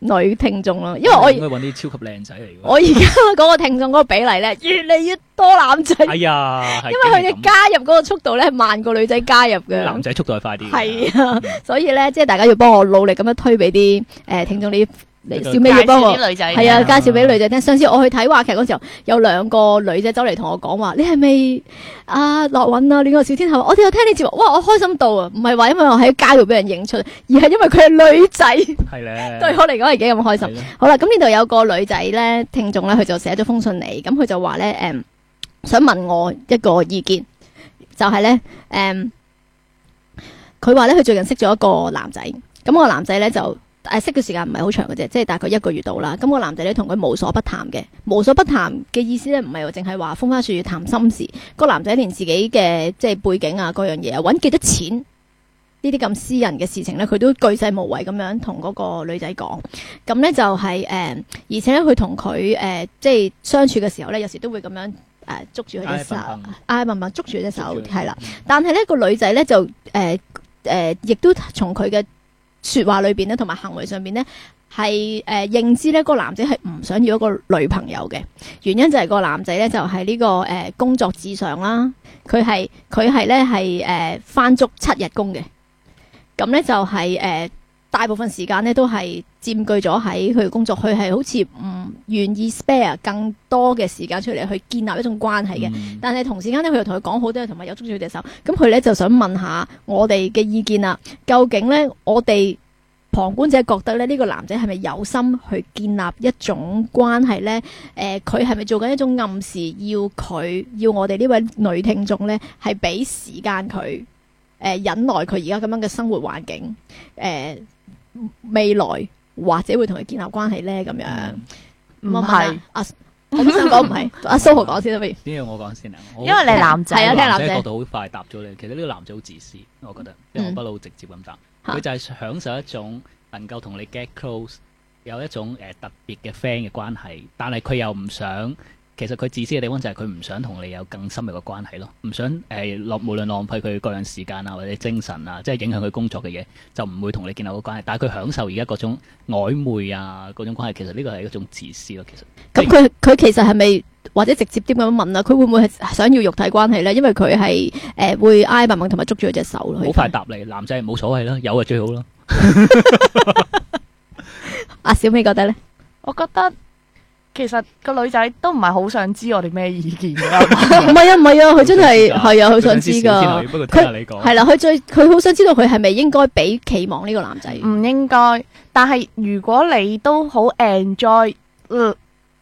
女聽眾咯，因為應我該揾啲超級靚仔嚟 我㗎。而家嗰個聽眾嗰個比例咧越嚟越多男仔，哎呀，因為係佢咁哋加入嗰個速度咧慢過女仔加入男嘅，仔速度係快啲，係啊，所以咧即係大家要幫我努力咁樣推俾啲誒聽眾呢啲，你小美要幫我。女仔係啊，係啊介紹俾女仔聽。上次我去睇話劇嗰時候，有兩個女仔走嚟同我講話：你係咪啊樂韻啊戀愛小天后？我哋有聽你節目，哇！我開心到啊！唔係話因為我喺街度俾人認出，而係因為佢係女仔，係咧，對我嚟講係幾咁開心。係咧好啦，咁呢度有個女仔咧，聽眾咧，佢就寫咗封信嚟，咁佢就話咧，誒、想問我一個意見，就係、咧，誒、佢話咧，佢最近識咗一個男仔，咁、個男仔咧就。誒識嘅時間唔係好長嘅啫，即係大概一個月到啦。咁、個男仔咧同佢無所不談嘅，無所不談嘅意思咧唔係話淨係話風花雪月談心事。個男仔連自己嘅即係背景啊嗰樣嘢啊，揾幾多錢呢啲咁私人嘅事情咧，佢都巨細無遺咁樣同嗰個女仔講。咁咧就係、誒、而且咧佢同佢誒即係相處嘅時候咧，有時都會咁樣誒、捉住佢隻手，挨哎笨笨笨啊笨捉住佢隻手捉，住佢係啦。但係咧個女仔咧就誒誒，呃呃亦、都從佢嘅説話裏邊咧，同埋行為上邊咧。係誒、呃、認知咧，個男仔係唔想要一個女朋友嘅原因就係個男仔咧就係呢、個誒、呃工作至上啦，佢係佢係咧係誒翻足七日工嘅，咁咧就係、誒、大部分時間咧都係佔據咗喺佢嘅工作，佢係好似唔願意 spare 更多嘅時間出嚟去建立一種關係嘅。嗯但係同時間咧，佢又同佢講好多嘢，同埋有捉住佢隻手。咁佢咧就想問下我哋嘅意見啦，啊究竟咧我哋旁觀者覺得咧呢、呢個男仔係咪有心去建立一種關係咧？誒、呃佢係咪做緊一種暗示，要佢要我哋呢位女聽眾咧係俾時間佢誒忍耐佢而家咁樣嘅生活環境呃誒、未來或者會同佢建立關係咧咁樣。呃嗯唔咁我問係下阿我都想講唔係，阿蘇豪講先啦，不如。呢樣我講先啊，我因為你係男仔，係啊聽我男男仔仔角度好快答咗你。其實呢個男仔好自私，我覺得，因為我嗯不嬲直接咁答。嚇佢就係享受一種能夠同你 get close，有一種誒、呃特別嘅 friend 嘅關係，但係佢又唔想。其實佢自私嘅地方就係佢唔想同你有更深入嘅關係咯，唔想誒浪、無論浪費佢各樣時間啊，或者精神啊，即係影響佢工作嘅嘢，就唔會同你建立個關係。但係佢享受而家嗰種曖昧啊，嗰種關係，其實呢個係一種自私咯。其實咁佢佢其實係咪或者直接啲咁樣問啦？啊佢會唔會係想要肉體關係咧？因為佢係誒會挨白猛同埋捉住佢隻手咯。好快答你，男仔係冇所謂啦，有就最好咯。阿小美覺得咧，我覺得其實個女仔都唔係好想知我哋咩意見㗎。 唔係啊唔係啊，佢真係好想係啊，好想想知知少啲㗎內。不過聽下你講。嗯係啊啦，佢最佢好想知道佢係咪應該俾期望呢個男仔？唔應該。但係如果你都好 enjoy，、呃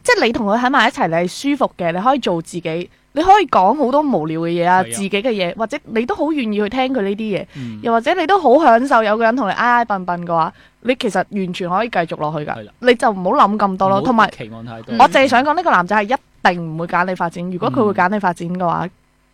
即係你同佢喺埋一齊，你係舒服嘅，你可以做自己，你可以講好多無聊嘅嘢啊，係啊自己嘅嘢，或者你都好願意去聽佢呢啲嘢，嗯又或者你都好享受有個人同你挨挨笨笨嘅話，你其實完全可以繼續落去係啦㗎。你就唔好諗咁多唔咯。好同埋期望太多。我淨係想講呢個男仔係一定唔會揀你發展。如果佢會揀你發展嘅話，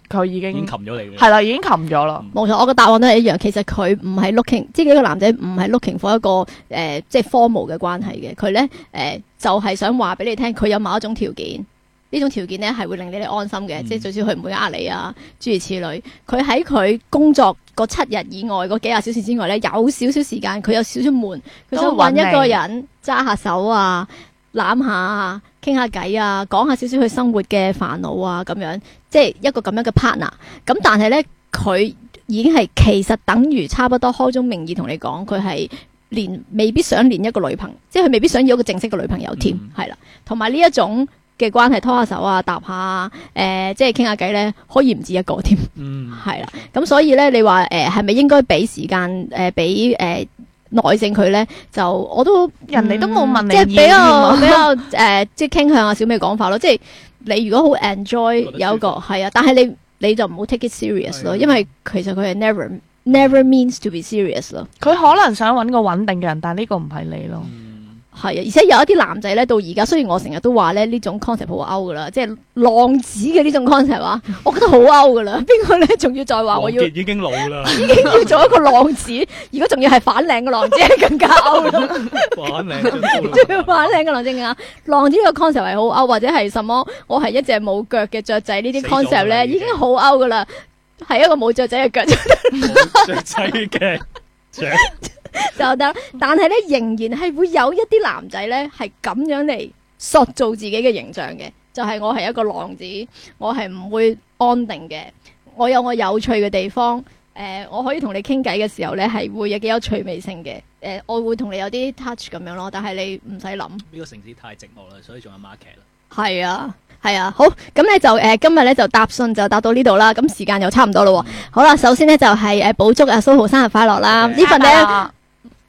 佢已已經經擒咗你嘅。係啦，已經擒咗咯。冇錯，我嘅答案都係一樣。其實佢唔係 looking，即係呢個男仔唔係 looking for 一個誒、呃即係 formal 嘅關係嘅。佢咧誒就係、想話俾你聽，佢有某一種條件，呢種條件咧係會令你哋安心嘅，嗯即係最少佢唔會呃你啊，諸如此類。佢喺佢工作嗰七日以外嗰幾廿小時之外咧，有少少時間，佢有少少悶，佢想都會揾搵你一個人揸下手啊，攬下啊，傾下偈啊，講下少少佢生活嘅煩惱啊，咁樣即係一個咁樣嘅 partner。咁但係咧，佢已經係其實等於差不多開宗明義同你講，佢係連未必想連一個女朋友，即係佢未必想要一個正式嘅女朋友添嗯，係啦、同埋呢一種嘅關係，拖下手啊，搭下啊，誒、即係傾下偈咧，可以唔止一個添。嗯，係啦，咁所以咧，你話誒係咪應該俾時間誒俾誒耐性佢咧？就我都嗯人哋都冇問你即係比意啊見較 喎比較誒，即係傾向阿小美講法咯。即係你如果好 enjoy 覺得舒服有一個係啊，但係你你就唔好 take it serious 係咯，啊因為其實佢係 never never means to be serious 咯。佢可能想揾個穩定嘅人，但呢個唔係你咯。嗯係啊，而且有一啲男仔咧，到而家雖然我成日都話咧呢種 concept 好 out 噶啦，即係浪子嘅呢種 concept 啊，我覺得好 out 噶啦。邊個咧仲要再話我要王傑已經老 啦，已經要做一個浪子，如果仲要係反領嘅浪子，更加 out 啦。 玩靚 仲要反領嘅浪子更加 out 浪子呢個 concept 係好 out，或者係什麼我係一隻冇腳嘅雀仔呢啲死咗啦 concept 咧，已已經經好 out 噶啦。係一個冇雀仔嘅腳 最仔嘅獎，就得，但係咧仍然係會有一啲男仔咧係咁樣嚟塑造自己嘅形象嘅，就係、我係一個浪子，我係唔會安定嘅，我有我有趣嘅地方，誒、我可以同你傾偈嘅時候咧係會有幾有趣味性嘅，誒、我會同你有啲 touch 咁樣咯，但係你唔使諗。呢個城市太寂寞啦，所以仲有 market 啦。係啊，係啊，好，咁咧就诶、呃今日咧就答信就答到呢度啦，咁時間又差唔多咯喎。好啦，首先咧就係诶補祝阿蘇豪生日快樂啦，嗯呢份咧。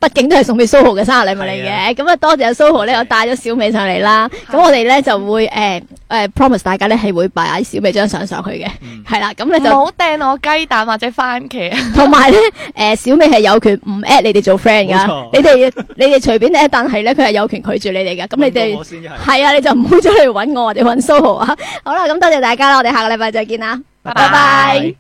畢竟都係送俾蘇豪嘅生日禮物嚟係啊嘅，咁啊多謝阿蘇豪咧，我帶咗小美上嚟啦。咁我哋咧就會誒誒 promise 大家咧係會擺小美張相上去嘅，嗯係啦。咁唔咧就好掟我雞蛋或者番茄，啊同埋咧誒小美係有權唔 at 你哋做 friend 冇噶錯，你哋你哋隨便 at，但係咧佢係有權拒絕你哋噶。咁你問過哋我先一係。係啊，你就唔好再嚟揾我或者揾蘇豪啊。好啦，咁多謝大家啦，我哋下個禮拜再見啦，拜拜。